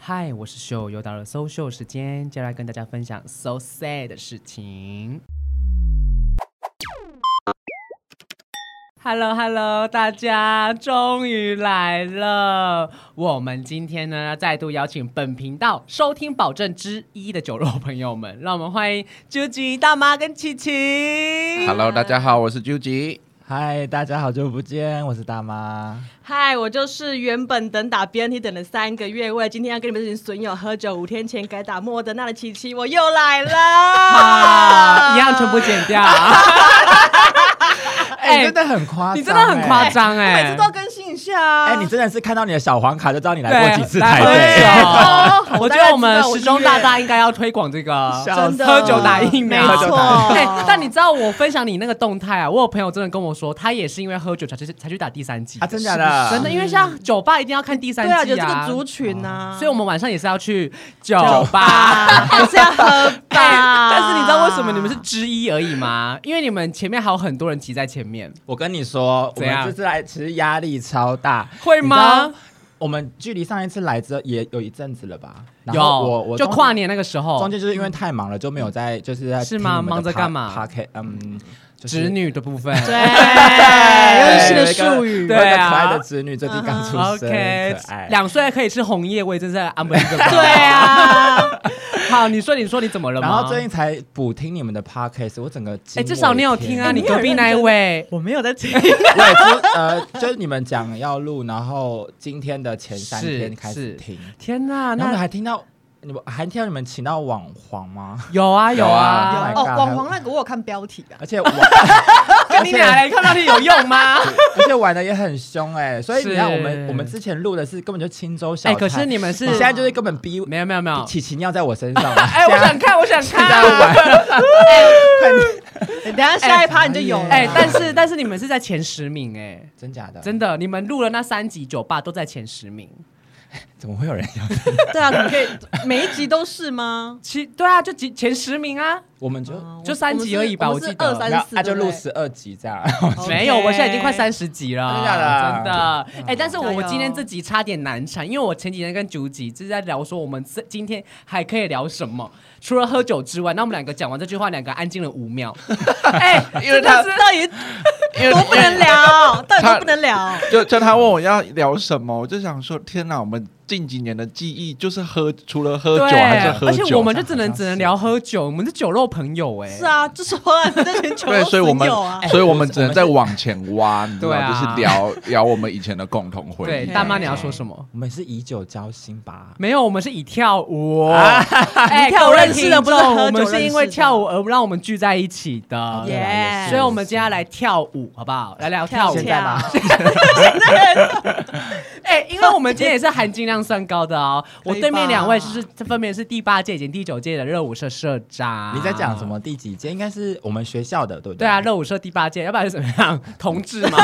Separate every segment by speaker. Speaker 1: 嗨，我是秀，又到了搜秀时间，接下来跟大家分享 so sad 的事情。Hello Hello，大家终于来了！我们今天呢，再度邀请本频道收听保证之一的酒肉朋友们，让我们欢迎 JuJu 大妈跟琪琪。
Speaker 2: Hello，大家好，我是 Juji。
Speaker 3: 嗨，大家好久不见，我是大妈。
Speaker 4: 嗨，我就是原本等打 BNT 等了三个月，为了今天要跟你们这群损友喝酒，五天前改打莫德纳的琪琪，我又来
Speaker 1: 啊，
Speaker 4: 了，
Speaker 1: 一样全部剪掉。
Speaker 3: 哎、
Speaker 1: 哎
Speaker 3: 真的很夸张、
Speaker 1: 你真的很夸张
Speaker 4: 每
Speaker 1: 哎
Speaker 4: 次都！要更新一下啊。
Speaker 3: 哎、你真的是看到你的小黄卡就知道你来过几次台
Speaker 4: 对
Speaker 3: 北。
Speaker 1: 对，我觉得我们时钟大大
Speaker 4: 我
Speaker 1: 应该要推广这个
Speaker 3: 笑
Speaker 4: 真
Speaker 3: 死
Speaker 4: 的
Speaker 1: 喝酒打疫苗。
Speaker 4: 没
Speaker 3: 喝酒
Speaker 4: 错
Speaker 3: 打。
Speaker 1: 哎，但你知道我分享你那个动态啊，我有朋友真的跟我说，他也是因为喝酒才去才去打第三剂
Speaker 3: 啊，真假的？
Speaker 1: 真的，因为像酒吧一定要看第三
Speaker 4: 对
Speaker 1: 剂
Speaker 4: 啊，就这个族 群呐，
Speaker 1: 所以我们晚上也是要去酒 吧。
Speaker 4: 啊还是要喝吧。
Speaker 1: 哎但是你知道为什么你们是之一而已吗？因为你们前面还有很多人挤在前面，
Speaker 3: 我跟你说，我
Speaker 1: 怎样
Speaker 3: 们这次来其实压力超大，
Speaker 1: 会吗
Speaker 3: 你知道？我们距离上一次来这也有一阵子了吧？然
Speaker 1: 有，
Speaker 3: 后我我
Speaker 1: 就
Speaker 3: 中
Speaker 1: 跨年那个时候，
Speaker 3: 中间就是因为太忙了，就没有在就是在
Speaker 1: 是吗
Speaker 3: 听你们的
Speaker 1: 忙着
Speaker 3: pod-
Speaker 1: 干嘛
Speaker 3: podcast，嗯，就是
Speaker 1: 侄女的部分。
Speaker 4: 对，
Speaker 3: 对
Speaker 4: 又是新的
Speaker 3: 有一个
Speaker 4: 术语。
Speaker 1: 对
Speaker 3: 有一个
Speaker 1: 啊嗯
Speaker 3: 可爱的侄女最近刚 出生
Speaker 1: OK，
Speaker 3: 可爱。
Speaker 1: 两岁可以吃红叶，我也真是安不了 这个。
Speaker 4: 对，啊，
Speaker 1: 好，你说你说你怎么了吗？
Speaker 3: 然后最近才补听你们的 podcast，我整个
Speaker 1: 哎，
Speaker 3: 惊
Speaker 1: 至少
Speaker 3: 为
Speaker 1: 你有
Speaker 3: 天
Speaker 1: 听啊，
Speaker 3: 人
Speaker 1: 你隔壁那一位。
Speaker 4: 我没有在听。
Speaker 3: 我也听，呃，就是你们讲要录，然后今天的前三
Speaker 1: 是
Speaker 3: 天开
Speaker 1: 是
Speaker 3: 始听，
Speaker 1: 天哪，
Speaker 3: 然后
Speaker 1: 那
Speaker 3: 还听到你们还听到你们请到网黄 吗？
Speaker 1: 有啊有
Speaker 3: 有啊
Speaker 1: 啊
Speaker 3: 有，啊
Speaker 4: 哦，网黄那个我有看标题啊，
Speaker 3: 而且玩，
Speaker 1: 跟你俩来看到底有用 吗？
Speaker 3: 而且玩的也很凶哎、所以你看
Speaker 1: 是
Speaker 3: 我们我们之前录的是根本就青州小
Speaker 1: 哎，
Speaker 3: 菜，
Speaker 1: 可是你们是
Speaker 3: 你现在就是根本逼
Speaker 1: 没有没有没有，
Speaker 3: 起奇尿在我身上了，啊
Speaker 1: 哎，我想看我想
Speaker 3: 现在
Speaker 1: 看。
Speaker 3: 玩，快点，
Speaker 4: 哎等一下下一趴你就有了。
Speaker 1: 哎，但是但是你们是在前十名哎，
Speaker 3: 真假的？
Speaker 1: 真的，你们录了那三集酒吧都在前十名。
Speaker 3: 怎么会有人要？
Speaker 4: 对啊，你可以每一集都是吗？
Speaker 1: 其对啊，就前前十名啊，
Speaker 3: 我们就
Speaker 4: 啊
Speaker 1: 就三集而已吧
Speaker 4: 我们是
Speaker 1: 我记得啊
Speaker 4: 我们是二
Speaker 3: 没有
Speaker 4: 三四，
Speaker 3: 那就
Speaker 4: 对
Speaker 3: 录
Speaker 4: 不对
Speaker 3: 十二集这样。
Speaker 4: OK
Speaker 1: 没有，我现在已经快 三十集了，
Speaker 3: 真的假的
Speaker 1: 真的。哎、但是我
Speaker 4: 嗯加油
Speaker 1: 我今天这集差点难产，因为我前几天跟竹吉就是在聊说我们这今天还可以聊什么，除了喝酒之外，那我们两个讲完这句话，两个安静了五 秒。哎、
Speaker 2: 因为
Speaker 1: 真的
Speaker 2: 他
Speaker 1: 是
Speaker 4: 到底
Speaker 2: 因为
Speaker 4: 多不能聊，到底多不能聊。
Speaker 2: 就就他问我要聊什么，我就想说，天哪，我们近几年的记忆就是喝，除了喝酒
Speaker 1: 对，
Speaker 2: 还是喝
Speaker 1: 而
Speaker 2: 酒，
Speaker 1: 且我们就只
Speaker 3: 好
Speaker 1: 能
Speaker 3: 像是
Speaker 1: 只能聊喝酒，我们是酒肉朋友哎、
Speaker 4: 是啊，就说了你这群球
Speaker 2: 对，所以我们
Speaker 4: 友啊，，
Speaker 2: 所以我们只能再往前挖，你知
Speaker 1: 对
Speaker 2: 道，
Speaker 1: 啊
Speaker 2: 就是聊聊我们以前的共同回
Speaker 1: 对，
Speaker 2: 忆。
Speaker 1: 大妈你要说什
Speaker 4: 啊
Speaker 1: 么？
Speaker 3: 我们是以酒交心吧？
Speaker 1: 没有，我们是以跳舞，
Speaker 4: 啊你
Speaker 1: 哎
Speaker 4: 跳舞认识的
Speaker 1: 各
Speaker 4: 不
Speaker 1: 位
Speaker 4: 是
Speaker 1: 听众
Speaker 4: 喝酒
Speaker 1: 我们是因为
Speaker 4: 认识的
Speaker 1: 跳舞而让我们聚在一起的。
Speaker 3: 对啊
Speaker 1: 哦
Speaker 3: 也是
Speaker 1: 所以，我们接下来跳舞好不好？来聊跳舞。
Speaker 3: 现 在吗？
Speaker 1: 哎、因为我们今天也是含金量算高的哦。我
Speaker 4: 可以吧
Speaker 1: 对面两位就是分别是第八届以及第九届的热舞社社长。
Speaker 3: 你在讲什？么第几届？应该是我们学校的，对不对？
Speaker 1: 对啊，，热舞社第八届，要不然是怎么样？同志嘛。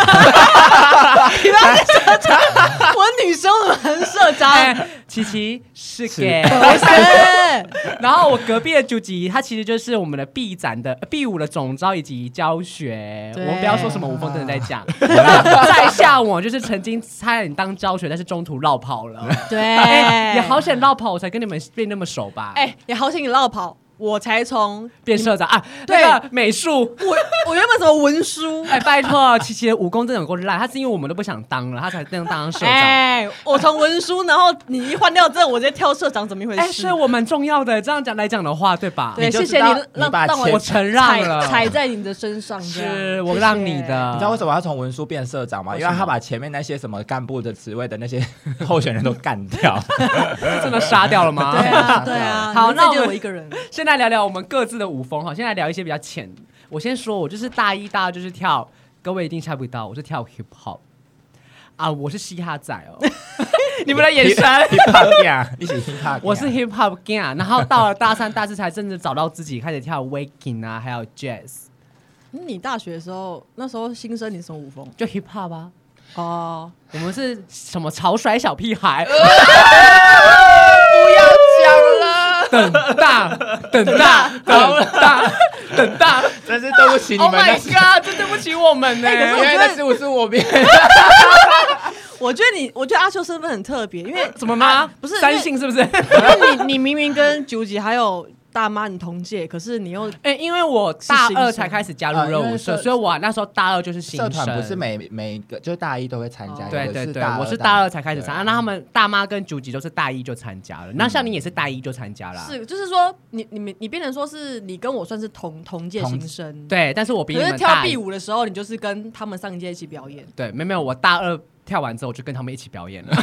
Speaker 4: 我女生怎么很社长？
Speaker 1: 哎，琪琪是
Speaker 3: 是
Speaker 1: 给。
Speaker 4: 不是，
Speaker 1: 然后我隔壁的九吉，他其实就是我们的 B 展的呃 B 舞的总招以及教学。我
Speaker 4: 对
Speaker 1: 们不要说什么无风真的在讲，在下我就是曾经差点当教学，但是中途绕跑了。哎
Speaker 4: 对，
Speaker 1: 也好，险绕跑，我才跟你们变那么熟吧。哎，
Speaker 4: 哎，也好险你绕跑，我才从
Speaker 1: 变社长啊，
Speaker 4: 对
Speaker 1: 那个美术。
Speaker 4: 我我原本什么文书，
Speaker 1: 哎，拜托，琪琪的武功真的有够烂，他是因为我们都不想当了，他才这样当社长。哎、
Speaker 4: 哎，我从文书，然后你一换掉这，我直接跳社长，怎么一回事
Speaker 1: 所哎以？我蛮重要的，这样讲来讲的话，对吧？
Speaker 4: 对，
Speaker 3: 你就
Speaker 4: 谢
Speaker 3: 知
Speaker 4: 谢
Speaker 3: 道
Speaker 4: 你
Speaker 3: 你
Speaker 4: 让
Speaker 3: 把
Speaker 4: 让我
Speaker 3: 钱
Speaker 1: 我承让了，
Speaker 4: 踩踩在你的身上，这样
Speaker 1: 是我让你。
Speaker 4: 啊谢谢
Speaker 1: 的。
Speaker 3: 你知道为什么要从文书变社长吗？因为他把前面那些什么干部的职位的那 些候选人都干掉。
Speaker 1: 真的杀掉了吗？
Speaker 4: 对啊，对啊，
Speaker 1: 好
Speaker 4: 你们
Speaker 1: 那
Speaker 4: 这就
Speaker 1: 我
Speaker 4: 我一个人。
Speaker 1: 现在聊聊我们各自的舞风哈，现在聊一些比较浅。我先说，我就是大一、大二就是跳，各位一定猜不到，我是跳 hip hop 啊，我是嘻哈仔哦。 你们的眼神，
Speaker 3: hip hop 呀，一起 hip hop。
Speaker 1: 我是 hip hop gang，然后到了大三、大四才真正找到自己，开始跳 waking 啊，还有 jazz，
Speaker 4: 你大学的时候，那时候新生你什么舞风？
Speaker 1: 就 hip hop 啊。
Speaker 4: 哦，
Speaker 1: 我们是什么潮甩小屁孩？不要讲 了，等大，等大，等大，等大。
Speaker 3: 真是对不起
Speaker 1: 哎 Oh my god！真对不起我们呢、
Speaker 3: 因为那是我是我变，
Speaker 4: 我觉得你，我觉得阿秋身份很特别，因为
Speaker 1: 怎么吗？
Speaker 4: 不是
Speaker 1: 三性是啊不是？
Speaker 4: 因为你你明明跟九姐还有大妈你同届，可是你又
Speaker 1: 哎、因为我大
Speaker 4: 是新
Speaker 1: 二
Speaker 4: 生
Speaker 1: 才开始加
Speaker 3: 啊
Speaker 1: 入热
Speaker 3: 因
Speaker 1: 舞
Speaker 3: 为
Speaker 1: 社，
Speaker 3: 社
Speaker 1: 所以我那时候大二就是新
Speaker 3: 社
Speaker 1: 生。
Speaker 3: 团不是每每个就是大一都会参加，
Speaker 4: 哦
Speaker 1: 对对对，我
Speaker 3: 我
Speaker 1: 是大二才开始参加，
Speaker 3: 参
Speaker 1: 那他们大妈跟九级都是大一就参加了，那像你也是大一就参加啦，
Speaker 4: 是就是说你你们你变成说是你跟我算是同同届
Speaker 3: 同
Speaker 4: 新生，，
Speaker 1: 对，但是我比你
Speaker 4: 可是
Speaker 1: 们
Speaker 4: 跳
Speaker 1: 大
Speaker 4: 第
Speaker 1: 一，
Speaker 4: 舞的时候，你就是跟他们上一届一起表演，
Speaker 1: 对，没有没有，我大二跳完之后就跟他们一起表演了，哎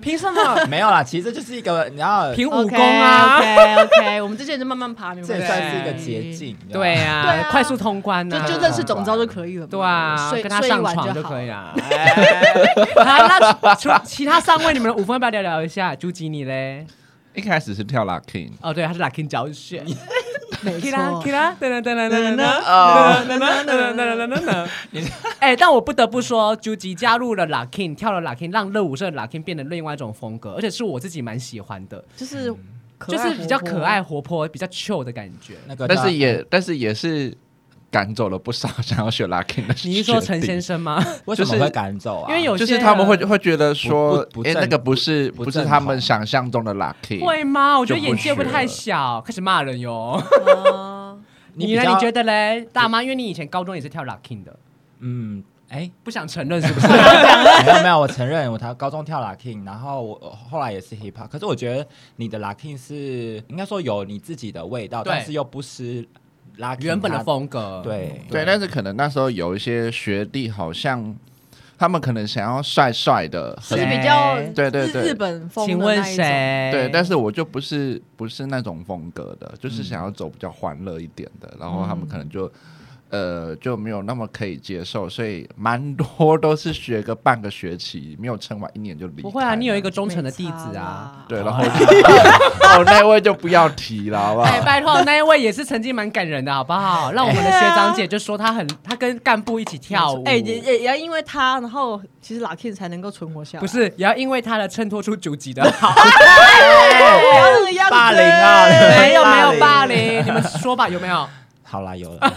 Speaker 4: 凭什 么？
Speaker 3: 没有啦，其实就是一个你要，
Speaker 1: 凭武功啊，
Speaker 4: OK OK，我们这些人就慢慢爬，明
Speaker 3: 这
Speaker 4: 白
Speaker 3: 也算是一个捷。径，你知道吗
Speaker 1: 对
Speaker 4: 对
Speaker 1: 啊，
Speaker 4: 啊
Speaker 1: 快速通关
Speaker 4: 就
Speaker 1: 呢，
Speaker 4: 就认识总招就可以了嘛，
Speaker 1: 对啊，
Speaker 4: 睡
Speaker 1: 跟他
Speaker 4: 睡一
Speaker 1: 上
Speaker 4: 晚
Speaker 1: 床
Speaker 4: 就
Speaker 1: 可以啊哎
Speaker 4: 了。
Speaker 1: 啦。好，那除其他三位，你们的五分要不要聊聊一下？朱吉你嘞？
Speaker 2: 一开始是跳 locking，
Speaker 1: 哦，对，他是 Lucky 教学。
Speaker 4: 没错，
Speaker 1: 啦啦，噔噔噔噔噔噔
Speaker 3: 哦
Speaker 1: 噔噔噔噔噔噔噔。哎，但我不得不说，朱吉加入了 Lucky，跳了 Lucky，让热舞社的 Lucky 变得另外一种风格，而且是我自己蛮喜欢的，
Speaker 4: 就是可
Speaker 1: 就
Speaker 4: 爱
Speaker 1: 是比较
Speaker 4: 活泼
Speaker 1: 可爱、活泼、比较 chill 的感觉。
Speaker 3: 那个叫
Speaker 2: 但是也但是也是赶走了不少 想要学 locking 的学弟。
Speaker 1: 你是说陈先生吗？
Speaker 3: 为什
Speaker 2: 就
Speaker 3: 么
Speaker 2: 是
Speaker 3: 会赶走啊？
Speaker 1: 因为有
Speaker 2: 就
Speaker 1: 些
Speaker 2: 是他们
Speaker 1: 人
Speaker 2: 会会觉得说
Speaker 3: 不不，
Speaker 2: 哎，
Speaker 3: 正
Speaker 2: 那个不是
Speaker 3: 不
Speaker 2: 不是
Speaker 3: 正
Speaker 2: 他们
Speaker 3: 统
Speaker 2: 想象中的 locking。
Speaker 1: 会吗？我觉得
Speaker 2: 就
Speaker 1: 眼
Speaker 2: 不
Speaker 1: 界会
Speaker 2: 学
Speaker 1: 太
Speaker 2: 了
Speaker 1: 小，开始骂人哟。
Speaker 4: 啊
Speaker 1: 你
Speaker 3: 比
Speaker 1: 呢？
Speaker 3: 较
Speaker 1: 你觉得嘞？大妈，因为你以前高中也是跳 locking 的，
Speaker 3: 嗯，哎，
Speaker 1: 不想承认是不是？
Speaker 3: 没有没有，我承认我他高中跳 locking，然后我呃后来也是 hip hop，可是我觉得你的 locking 是应该说有你自己的味道，
Speaker 1: 对
Speaker 3: 但是又不失 locking
Speaker 1: 原本的
Speaker 3: 它。
Speaker 1: 风格，
Speaker 3: 对
Speaker 2: 对，但是可能那时候有一些学弟好像他们可能想要帅帅的，
Speaker 4: 是
Speaker 2: 很
Speaker 1: 谁
Speaker 4: 比较
Speaker 2: 对对
Speaker 4: 日
Speaker 2: 对
Speaker 4: 日本风的
Speaker 1: 请问
Speaker 4: 那一种？
Speaker 1: 谁？
Speaker 2: 对，但是我就不是不是那种风格的，就是想要走比较欢乐一点的，然后他们可能
Speaker 1: 嗯
Speaker 2: 就。呃，就没有那么可以接受，所以蛮多都是学个半个学期，没有撑完一年就离开了。
Speaker 1: 不会啊，你有一个忠诚的弟子啊。
Speaker 4: 没差啦，
Speaker 2: 对，然后 我那位就不要提了，好不好？
Speaker 1: 哎，拜 托，那一位也是曾经蛮感人的，好不好？让我们的学长姐就说他很，他跟干部一起跳舞，
Speaker 4: 啊哎，也也也要因为他，然后其实 Lucky 才能够存活下来。哦
Speaker 1: 不，是，也要因为他的衬托出九级的好，
Speaker 4: 不要这个样子。
Speaker 3: 霸凌啊
Speaker 1: 没有没有霸
Speaker 3: 霸
Speaker 1: 凌，你们说吧，有没有？
Speaker 3: 好啦，有 了。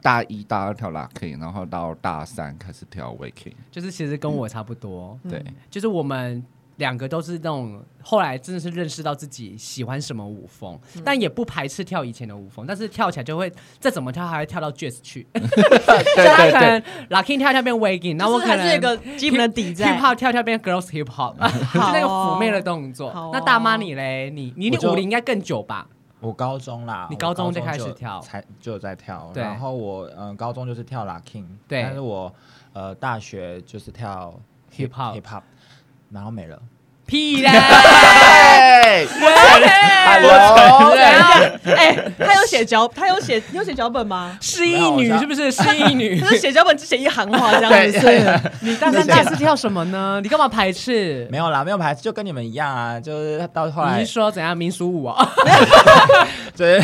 Speaker 2: 大一、大二跳 locking，然后到大三开始跳 waking。
Speaker 1: 就是其实跟我差不多，
Speaker 2: 对，
Speaker 1: 就是我们两个都是那种后来真的是认识到自己喜欢什么舞风，
Speaker 4: 嗯
Speaker 1: 但也不排斥跳以前的舞风，但是跳起来就会再怎么跳还会跳到 jazz 去，
Speaker 2: 对
Speaker 1: 就他
Speaker 2: 对
Speaker 1: 可
Speaker 2: 对
Speaker 1: 能 locking 跳跳变 wagging，然后我
Speaker 4: 就
Speaker 1: 可
Speaker 4: 是
Speaker 1: 能
Speaker 4: 还是有一个基本的底
Speaker 1: hip
Speaker 4: 在。
Speaker 1: hop 跳跳变 girls hip hop，就那个妩媚的动作
Speaker 4: 好。哦
Speaker 1: 那大妈你嘞？你你
Speaker 3: 我
Speaker 1: 你
Speaker 3: 就
Speaker 1: 舞龄应该更久吧？
Speaker 3: 我高中啦，
Speaker 1: 你
Speaker 3: 我
Speaker 1: 高中就
Speaker 3: 就
Speaker 1: 开始跳
Speaker 3: 才就有在跳。
Speaker 1: 对
Speaker 3: 然后我嗯、呃高中就是跳 locking，
Speaker 1: 对
Speaker 3: 但是我呃大学就是跳
Speaker 1: Hip hop
Speaker 3: hip hop，然后没了。
Speaker 1: 屁嘞！
Speaker 2: 哎
Speaker 3: 我
Speaker 4: 怎样哎，他有写脚，他有写，你有写脚本吗？
Speaker 1: 失忆
Speaker 3: 没有
Speaker 1: 女
Speaker 3: 我知
Speaker 1: 是不是？失忆女
Speaker 4: 就。是写脚本只写一行话这样子，是
Speaker 1: 你大三大四跳什么呢？你干嘛排斥？
Speaker 3: 没有啦，没有牌子，就跟你们一样啊，就是到后
Speaker 1: 你
Speaker 3: 来
Speaker 1: 是说怎样民俗舞啊？
Speaker 3: 就是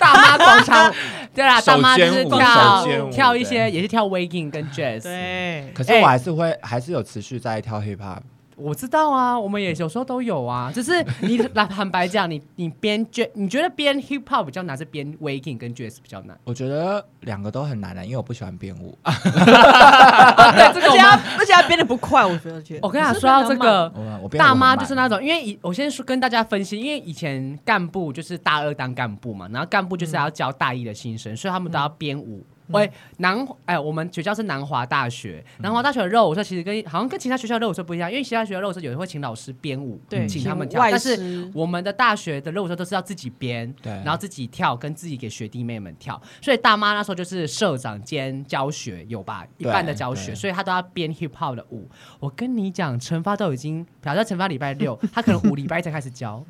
Speaker 1: 大妈广场舞， 对啦，
Speaker 3: 手
Speaker 1: 大妈就
Speaker 3: 牵
Speaker 1: 是
Speaker 3: 舞
Speaker 1: 跳
Speaker 3: 手牵舞
Speaker 1: 跳一些，也是跳 wagging 跟 jazz。
Speaker 4: 对
Speaker 3: 可是
Speaker 1: 哎
Speaker 3: 我还是会，还是有持续在跳 hip hop。
Speaker 1: 我知道啊，我们也有时候都有啊，只是你来坦白讲，你你编 jazz，你觉得编 hip hop 比较难，还是编 wagging 跟 jazz 比较难？
Speaker 3: 我觉得两个都很难的，啊因为我不喜欢编舞。
Speaker 1: 啊对，这
Speaker 4: 而且他而且他编的不快，我觉得觉得。
Speaker 1: 啊我跟他说到这个
Speaker 3: 我 我编舞
Speaker 1: 大
Speaker 3: 很
Speaker 1: 妈，
Speaker 3: 慢
Speaker 1: 就是那种，因为以我先说跟大家分析，因为以前干部就是大二当干部嘛，然后干部就是要教大一的新生，所以他们都要编舞。
Speaker 4: 嗯
Speaker 1: 喂、南哎，我们学校是南华大学，南华大学的热舞社其实跟好像跟其他学校的热舞社不一样，因为其他学校的热舞社有人会请老师编舞，
Speaker 4: 对
Speaker 1: 请
Speaker 4: 请
Speaker 1: 他们跳，
Speaker 4: 外
Speaker 1: 但是
Speaker 4: 师
Speaker 1: 我们的大学的热舞社都是要自己编，
Speaker 3: 对
Speaker 1: 然后自己跳，跟自己给学弟妹们跳，所以大妈那时候就是社长兼教学有吧，一半的
Speaker 3: 对
Speaker 1: 教学，
Speaker 3: 对
Speaker 1: 所以她都要编 hip hop 的舞。我跟你讲，惩罚都已经，比方说惩罚礼拜 六，她可能五礼拜一才开始教，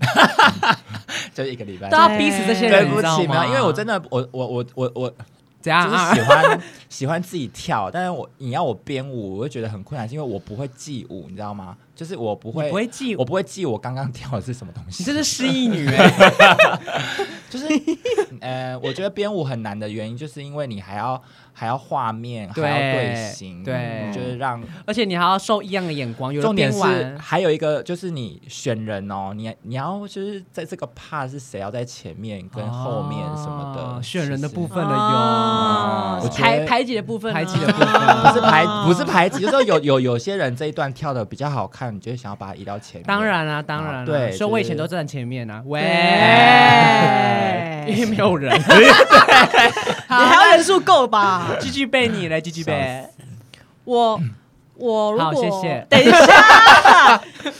Speaker 3: 就是一个礼拜
Speaker 1: 都。要逼死这些
Speaker 3: 对
Speaker 1: 人，你
Speaker 3: 不
Speaker 1: 知道
Speaker 3: 起
Speaker 1: 吗？
Speaker 3: 嘛，因为我真的，我我我我我
Speaker 1: 怎样
Speaker 3: 就是
Speaker 1: 啊
Speaker 3: 喜？欢 喜欢自己跳，但是我你要我编舞，我会觉得很困难，是因为我不会记舞，你知道吗？就是我不
Speaker 1: 你
Speaker 3: 会，
Speaker 1: 不会记
Speaker 3: 我不会记我刚刚跳的是什么东西。
Speaker 1: 你这是失忆女哎，
Speaker 3: 就是呃，我觉得编舞很难的原因，就是因为你还要还要画面，还
Speaker 1: 对
Speaker 3: 要队形，
Speaker 1: 对
Speaker 3: 就是让。
Speaker 1: 而且你还要受异样的眼光，有
Speaker 3: 重
Speaker 1: 人
Speaker 3: 点
Speaker 1: 边
Speaker 3: 是
Speaker 1: 玩
Speaker 3: 还有一个就是你选人哦，你你要就是在这个 part 是谁要在前面跟后面什么的，
Speaker 1: 哦选人的
Speaker 3: 其实
Speaker 1: 部分了
Speaker 4: 哦
Speaker 1: 哟。
Speaker 3: 我觉得
Speaker 4: 排排挤的部分啊，
Speaker 1: 排挤的部分
Speaker 3: 不是排不是排挤，就是说有有有些人这一段跳的比较好看，你就会想要把它移到前面。
Speaker 1: 当，然啊，当然啊，
Speaker 3: 对
Speaker 1: 所以我以前
Speaker 3: 就
Speaker 1: 都
Speaker 3: 是
Speaker 1: 站前面啊，喂，
Speaker 4: 对
Speaker 1: 因为没有人，
Speaker 4: 你还要人数够吧？
Speaker 1: 继续被你来，继续被，
Speaker 4: 我我如果
Speaker 1: 嗯好谢谢
Speaker 4: 等一下，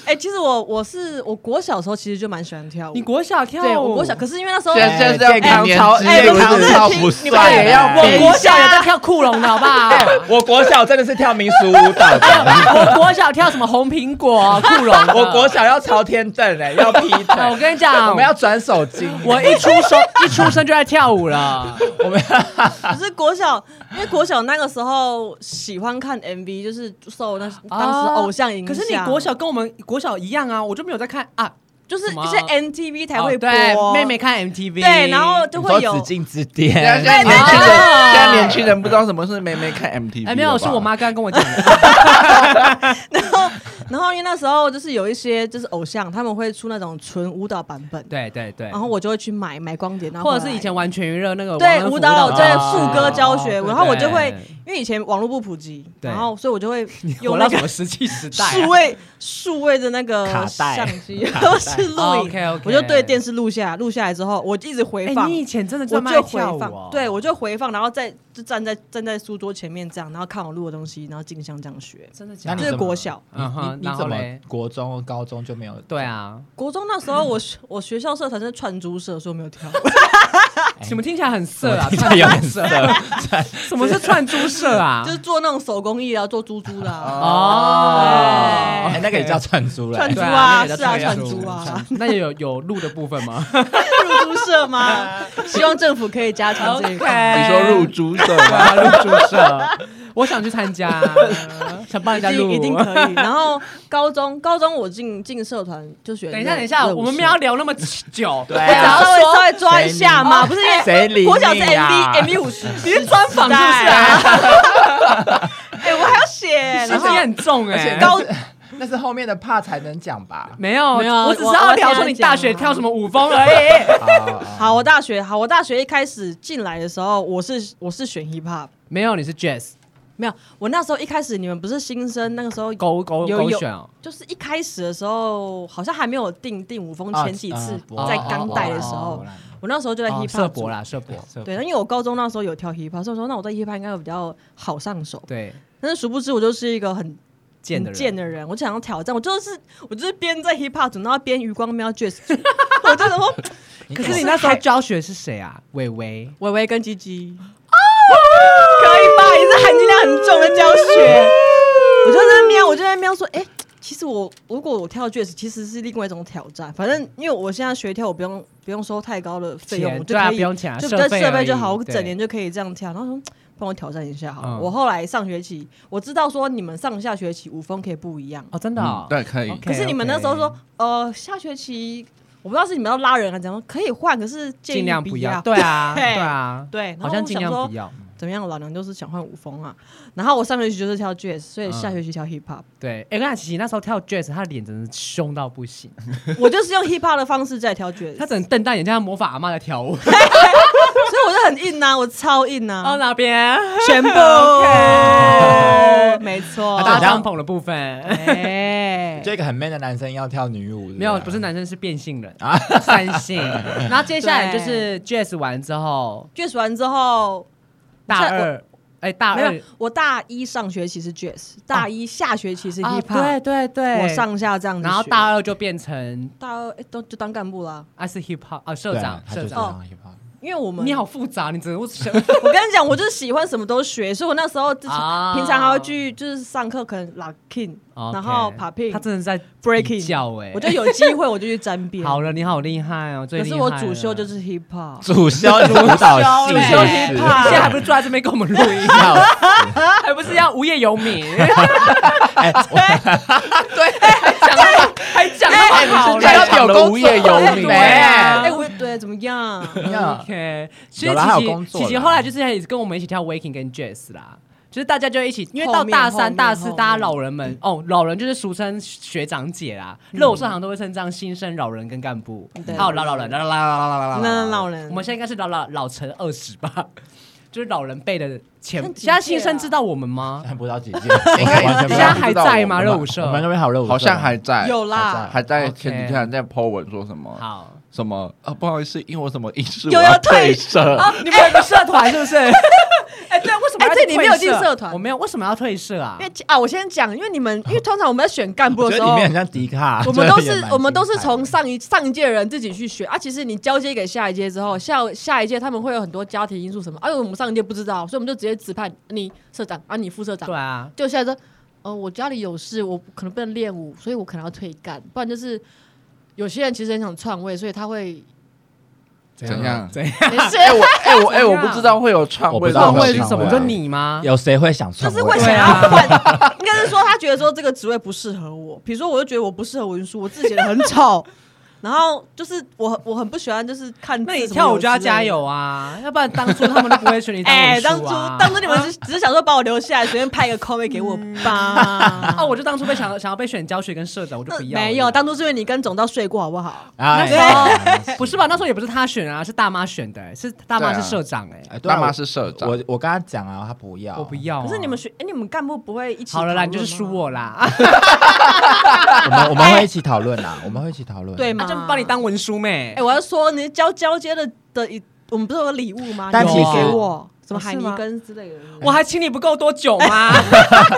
Speaker 4: 哎，其实我我是我国小的时候其实就蛮喜欢跳舞，
Speaker 1: 你国小跳舞，
Speaker 4: 对我国小，可是因为那时候
Speaker 2: 现在
Speaker 3: 在
Speaker 2: 是要
Speaker 3: 健康
Speaker 2: 扛年
Speaker 3: 操
Speaker 2: 纪，
Speaker 4: 哎不是
Speaker 2: 扛操不
Speaker 4: 你们
Speaker 2: 算，
Speaker 4: 也
Speaker 3: 要
Speaker 1: 我
Speaker 3: 等一
Speaker 1: 国小也在跳库龙的好不好？
Speaker 3: 我国小真的是跳民俗舞蹈的，
Speaker 1: 我国小跳什么红苹果、库龙的，
Speaker 3: 我国小要朝天凳哎、要劈
Speaker 1: 啊，我
Speaker 3: 腿，
Speaker 1: 跟你讲，
Speaker 3: 我们要转手巾，
Speaker 1: 我一出生一出生就在跳舞了，啊
Speaker 4: 可是国小，因为国小那个时候喜欢看 MV，就是受那当时偶像影响。
Speaker 1: 啊可是你国小跟我们国小一样啊，我就没有在看啊，
Speaker 4: 就是一
Speaker 1: 什么
Speaker 4: 些 NTV 才会
Speaker 1: 哦
Speaker 4: 播，
Speaker 1: 对，妹妹看 MTV，
Speaker 4: 对，然后就
Speaker 3: 你
Speaker 4: 会
Speaker 3: 说
Speaker 4: 有
Speaker 3: 紫禁之
Speaker 2: 现在现在
Speaker 3: 巅，
Speaker 2: 年轻人，
Speaker 1: 哦
Speaker 2: 现在年轻人不知道什么是妹妹看 MTV 了吧。
Speaker 1: 哎没有，是我妈刚刚跟我讲的，
Speaker 4: 然后，然后因为那时候就是有一些就是偶像，他们会出那种纯舞蹈版本，
Speaker 1: 对对对
Speaker 4: 然，后我就会去买买光碟，然后
Speaker 1: 或
Speaker 4: 回
Speaker 1: 者是
Speaker 4: 来
Speaker 1: 以前完全娱乐那个
Speaker 4: 对
Speaker 1: 舞啊
Speaker 4: 舞蹈对
Speaker 3: 蹈
Speaker 4: 副歌教学，
Speaker 1: 哦
Speaker 4: 然后我
Speaker 1: 对
Speaker 4: 就会因为以前网络不普及，
Speaker 1: 对
Speaker 4: 然后所以我 就会
Speaker 1: 有
Speaker 4: 用
Speaker 1: 到
Speaker 4: 那
Speaker 1: 什
Speaker 4: 个
Speaker 1: 么石器 时啊
Speaker 3: 啊
Speaker 1: 代
Speaker 4: 数位数位的那个
Speaker 3: 卡带
Speaker 4: 相机， 或是录影，
Speaker 1: OK OK，
Speaker 4: 我就对电视录下，录下来之后我一直回
Speaker 1: 哎，
Speaker 4: 放
Speaker 1: 你。以前真的
Speaker 4: 我
Speaker 1: 这么爱
Speaker 4: 就回
Speaker 1: 跳舞哦
Speaker 4: 放，对我就回放，然后再就站在站在书桌前面这样，然后看我录的东西，然后镜像这样学。
Speaker 1: 真的假
Speaker 3: 那你
Speaker 1: 的？
Speaker 4: 这是
Speaker 3: 怎么
Speaker 4: 国小，
Speaker 3: 你
Speaker 1: 嗯哼然
Speaker 3: 你你
Speaker 1: 后
Speaker 3: 怎么
Speaker 1: 嘞
Speaker 3: 国中高中就没有？
Speaker 1: 对啊，
Speaker 4: 国中那时候我学 我学校社团是串珠社，所以我 没有跳。
Speaker 1: 怎么听起来很色啊？
Speaker 3: 哎听起来有点
Speaker 1: 色，
Speaker 3: 啊
Speaker 1: 什么是串珠社啊？
Speaker 4: 就是做那种手工艺啊，做珠珠的、啊，
Speaker 1: 哦，
Speaker 3: 哎、那个也叫串珠嘞，
Speaker 4: 串珠
Speaker 1: 对
Speaker 4: 啊，
Speaker 1: 那个
Speaker 4: 是
Speaker 1: 叫
Speaker 4: 啊，
Speaker 1: 串
Speaker 4: 串珠啊，
Speaker 1: 那也有有录的部分 吗
Speaker 4: 入珠社 吗？希望政府可以加强这一块。
Speaker 2: 你说入猪社吗？
Speaker 1: 入住社，我想去参 加，想帮人
Speaker 4: 一
Speaker 1: 家录。
Speaker 4: 定一定可 以。然后高中高中我进进社团就学热。
Speaker 1: 等一下，等一下，
Speaker 4: 热舞
Speaker 1: 我们
Speaker 4: 社
Speaker 1: 没有要聊那么久，
Speaker 3: 对啊
Speaker 1: 我只要
Speaker 4: 稍微稍
Speaker 1: 说
Speaker 4: 微抓一下嘛，不是因为
Speaker 3: 谁理你啊
Speaker 4: 国小是 MV MV 五十，你是专
Speaker 1: 访是不是？啊？
Speaker 4: 哎，我还要写，然
Speaker 1: 心
Speaker 4: 后
Speaker 1: 机很重
Speaker 3: 而且
Speaker 1: 哎。
Speaker 3: 那是 那是后面的怕才能讲吧？
Speaker 1: 没有
Speaker 4: 没有啊
Speaker 1: 我只是要聊说你大学跳什么舞风而 已。
Speaker 3: 好，
Speaker 4: 好，我大学好，我大学一开始进来的时候，我是我是选 hip hop，
Speaker 1: 没有，你是 jazz
Speaker 4: 没有，我那时候一开始你们不是新生，那个时候
Speaker 1: 狗狗
Speaker 4: 有
Speaker 1: 狗
Speaker 4: 有
Speaker 1: 选哦，
Speaker 4: 就是一开始的时候，好像还没有定定舞风，前几次
Speaker 1: 啊
Speaker 4: 在刚带的时候
Speaker 3: 哦，
Speaker 4: 我那时候就在
Speaker 1: 哦
Speaker 4: hip
Speaker 1: 社
Speaker 4: hop
Speaker 1: 博
Speaker 4: 组。
Speaker 1: 啦，社博。
Speaker 3: 哦
Speaker 4: 对，因为我高中那时候有跳 hip hop，所以我说那我在 hip hop 应该会比较好上手。
Speaker 1: 对，
Speaker 4: 但是殊不知我就是一个很
Speaker 1: 贱的
Speaker 4: 很
Speaker 1: 人，
Speaker 4: 贱的人，我就想要挑战，我就是我就是边在 hip hop 组，然后边余光瞄 jazz，组我就想说
Speaker 1: 可是你那时候教学是谁啊？伟伟，
Speaker 4: 微微跟鸡鸡，可以吧？也是含金量很重的教学。我就在那瞄，我就在那瞄说，哎、其实我如果我跳爵士，其实是另外一种挑战。反正因为我现在学跳，我不用不用收太高的费用，
Speaker 1: 钱
Speaker 4: 我就
Speaker 1: 对啊
Speaker 4: 可以
Speaker 1: 不用钱啊
Speaker 4: 就
Speaker 1: 设
Speaker 4: 跟
Speaker 1: 备
Speaker 4: 设
Speaker 1: 而
Speaker 4: 备
Speaker 1: 已
Speaker 4: 就好，我
Speaker 1: 对
Speaker 4: 整年就可以这样跳。然后说。帮我挑战一下好了。
Speaker 1: 嗯
Speaker 4: 我后来上学期我知道说你们上下学期舞风可以不一样，
Speaker 1: 哦，真的哦，
Speaker 2: 对，可以。
Speaker 1: OK
Speaker 4: 可是你们那时候说，呃，下学期我不知道是你们要拉人还是怎样，可以换，可是建议
Speaker 1: 尽量
Speaker 4: 不
Speaker 1: 不要，
Speaker 4: 要
Speaker 1: 对啊，
Speaker 4: 对
Speaker 1: 对啊，
Speaker 4: 对，然后
Speaker 1: 好像
Speaker 4: 我
Speaker 1: 尽
Speaker 4: 想
Speaker 1: 量
Speaker 4: 说
Speaker 1: 不要，
Speaker 4: 怎么样，老娘就是想换舞风啊。然后我上学期就是跳 jazz，所
Speaker 1: 嗯
Speaker 4: 以下学期跳 hip hop。
Speaker 1: 对。哎，跟琪琪那时候跳 jazz，她的脸真的凶到不行，
Speaker 4: 我就是用 hip hop 的方式在跳 jazz，
Speaker 1: 她只能瞪大眼睛，像模仿阿妈在 跳舞。
Speaker 4: 所以我就很硬啊呐、我超硬啊呐、
Speaker 1: 哦，哪边？
Speaker 4: 全部，没错。
Speaker 1: 搭帐篷的部分
Speaker 4: 哎，
Speaker 3: 就一个很 man 的男生要跳女舞，
Speaker 1: 没有，不是男生是变性人啊，三 性。然后接下来就是 jazz 完之后，
Speaker 4: jazz 完之后，
Speaker 1: 大
Speaker 4: 我
Speaker 1: 二，哎，大
Speaker 4: 没
Speaker 1: 二
Speaker 4: 有，我大一上学期是 jazz，大一下学期是
Speaker 1: 啊
Speaker 4: hip
Speaker 1: 对
Speaker 4: hop，、
Speaker 1: 对对，
Speaker 4: 我。上下这样子学。
Speaker 1: 然后大二就变成
Speaker 4: 大二、哎都就当干部啦，
Speaker 1: 啊是 hip hop 啊社
Speaker 3: 社
Speaker 1: 长
Speaker 3: 他就
Speaker 1: 社
Speaker 3: 是
Speaker 1: 长，
Speaker 3: 当 hip hop
Speaker 4: 因为哦我们
Speaker 1: 你好复杂，你只能想
Speaker 4: 我跟你讲，我就是喜欢什么都学，所以我那时候之前、
Speaker 1: 啊
Speaker 4: 平常还会去，就是上课可能 locking，、然后 popping，
Speaker 1: 他真的在比
Speaker 4: breaking，
Speaker 1: 较哎，
Speaker 4: 我就有机会我就去沾边。
Speaker 1: 好了，你好厉害哦！最
Speaker 4: 可
Speaker 1: 厉
Speaker 4: 是
Speaker 1: 害
Speaker 4: 我
Speaker 1: 了
Speaker 4: 主修就，是 hip hop，
Speaker 3: 主修舞蹈系，
Speaker 1: 主修 hip
Speaker 4: 是
Speaker 1: hop，现在还不是坐在这边跟我们录音， 还不是要无业游民？
Speaker 3: 哎，我
Speaker 4: 对，
Speaker 1: 哎
Speaker 2: 工
Speaker 3: 了无业
Speaker 2: 作
Speaker 3: 游民
Speaker 1: 对
Speaker 4: 哎、
Speaker 1: 啊
Speaker 3: 哎。
Speaker 4: 我对怎么样？
Speaker 3: 呀
Speaker 1: OK，其实
Speaker 3: 有啦还有工
Speaker 1: 琪琪
Speaker 3: 作啦
Speaker 1: 琪琪后来就是一直跟我们一起跳 Waking 跟 Jazz 啦，就是大家就一起，因为到
Speaker 4: 后面
Speaker 1: 大
Speaker 4: 后
Speaker 1: 三、
Speaker 4: 面
Speaker 1: 大四，
Speaker 4: 后面
Speaker 1: 大家老人们哦，老人就是俗称学长姐啦，热舞社好像都会称这样新生老人跟干部，
Speaker 4: 对
Speaker 1: 还有老老人，啦啦啦啦啦啦啦
Speaker 4: 那老人
Speaker 1: 我们现在应该是老老老成二十吧，就是老人辈的前，
Speaker 4: 那几
Speaker 1: 现在新
Speaker 4: 届
Speaker 1: 生
Speaker 4: 啊
Speaker 1: 知道我们吗？
Speaker 3: 还不到几届，我完全不
Speaker 1: 现
Speaker 3: 知
Speaker 1: 在
Speaker 3: 道。
Speaker 1: 还在吗？
Speaker 2: 我
Speaker 1: 热
Speaker 2: 们
Speaker 1: 舞社
Speaker 3: 我们那边还有热舞社吗，
Speaker 2: 好像还在，
Speaker 4: 有
Speaker 3: 还
Speaker 4: 啦，
Speaker 2: 还在
Speaker 1: OK
Speaker 2: 前几天还在 po 文说什么
Speaker 1: 好，
Speaker 2: 什么啊，不好意思，因为我什么因素
Speaker 4: 又
Speaker 2: 我
Speaker 4: 要
Speaker 2: 要
Speaker 4: 退
Speaker 2: 退社，
Speaker 1: 你们有个社团是不是？
Speaker 4: 哎、对，为什
Speaker 1: 哎，
Speaker 4: 哦
Speaker 1: 这
Speaker 4: 哎、这
Speaker 1: 里
Speaker 4: 里
Speaker 1: 没
Speaker 4: 没
Speaker 1: 有
Speaker 4: 有
Speaker 1: 进
Speaker 4: 进
Speaker 1: 社
Speaker 4: 社
Speaker 1: 团，
Speaker 4: 团
Speaker 1: 我，没有，为什么要退社啊
Speaker 4: 因？为啊，我先讲，因为你们，因为通常我们在选干部
Speaker 3: 我
Speaker 4: 的
Speaker 3: 觉
Speaker 4: 时
Speaker 3: 得里
Speaker 4: 候，
Speaker 3: 面很像迪卡，
Speaker 4: 我们 都
Speaker 3: 就是也蛮
Speaker 4: 我们都是
Speaker 3: 精彩的
Speaker 4: 从上一上一届的人自己去学啊。其实你交接给下一届之后，下下一届他们会有很多家庭因素什么，哎、啊，我们上一届不知道，所以我们就直接指派你社长啊，你副社长
Speaker 1: 对。啊，
Speaker 4: 就现在说，呃，我家里有事，我可能不能练舞，所以我可能要退干，不然就是有些人其实很想篡位，所以他 会
Speaker 2: 怎样？
Speaker 1: 怎样？
Speaker 4: 没事，
Speaker 2: 哎我哎我哎
Speaker 1: 怎
Speaker 2: 我
Speaker 1: 样
Speaker 2: 不知道会有篡
Speaker 3: 我不
Speaker 2: 位
Speaker 3: 知
Speaker 2: 的
Speaker 3: 道
Speaker 1: 段
Speaker 2: 东西，
Speaker 3: 会
Speaker 1: 位
Speaker 3: 有
Speaker 1: 是
Speaker 3: 篡
Speaker 1: 什么？
Speaker 3: 位
Speaker 1: 就你吗？
Speaker 3: 有谁会想
Speaker 4: 就
Speaker 3: 篡位？
Speaker 4: 是会想
Speaker 1: 啊
Speaker 4: 要换， 应该是说他觉得说这个职位不适合我，比如说我就觉得我不适合文书，我字写的 很丑，然后就是我我很不喜欢就是看字
Speaker 1: 那你
Speaker 4: 什么
Speaker 1: 跳舞就要
Speaker 4: 有之类的
Speaker 1: 加。油啊，要不然当初他们都不会选你当
Speaker 4: 哎、
Speaker 1: 武
Speaker 4: 当
Speaker 1: 术
Speaker 4: 初
Speaker 1: 啊。
Speaker 4: 当初你们只只是想说把我留下来，随便拍 一个 call 给我
Speaker 1: 嗯
Speaker 4: 吧。
Speaker 1: 啊，我就当初被想想要被选教学跟社长，我就
Speaker 4: 那
Speaker 1: 不要了。
Speaker 4: 没有， 当初哦是因为你跟总道睡过好不好？
Speaker 3: 哎
Speaker 1: 对不是吧？那时候也不是他选啊，是大妈选的、是大妈
Speaker 2: 对啊
Speaker 1: 是社长哎、
Speaker 3: 哎对啊
Speaker 2: 大妈是社长，
Speaker 3: 我我跟他讲啊，他不要，
Speaker 1: 我不。要啊、
Speaker 4: 可是你们学，哎、你们干部不会一起
Speaker 1: 好了啦，
Speaker 4: 讨
Speaker 1: 你就是
Speaker 4: 论
Speaker 1: 输
Speaker 4: 吗
Speaker 1: 我啦，
Speaker 3: 我们我们会一起讨论啦，我们会一起讨论。
Speaker 4: 对
Speaker 1: 那
Speaker 4: 吗？
Speaker 1: 啊就帮你当文书妹。
Speaker 4: 哎、我要说，你交交接的的一，我们不是有礼物吗？
Speaker 3: 但
Speaker 4: 你
Speaker 1: 其
Speaker 4: 寄
Speaker 1: 实
Speaker 4: 给我什么
Speaker 1: 哦
Speaker 4: 海
Speaker 1: 是
Speaker 4: 泥
Speaker 1: 吗
Speaker 4: 根之类的，
Speaker 1: 我还请你不够多久吗？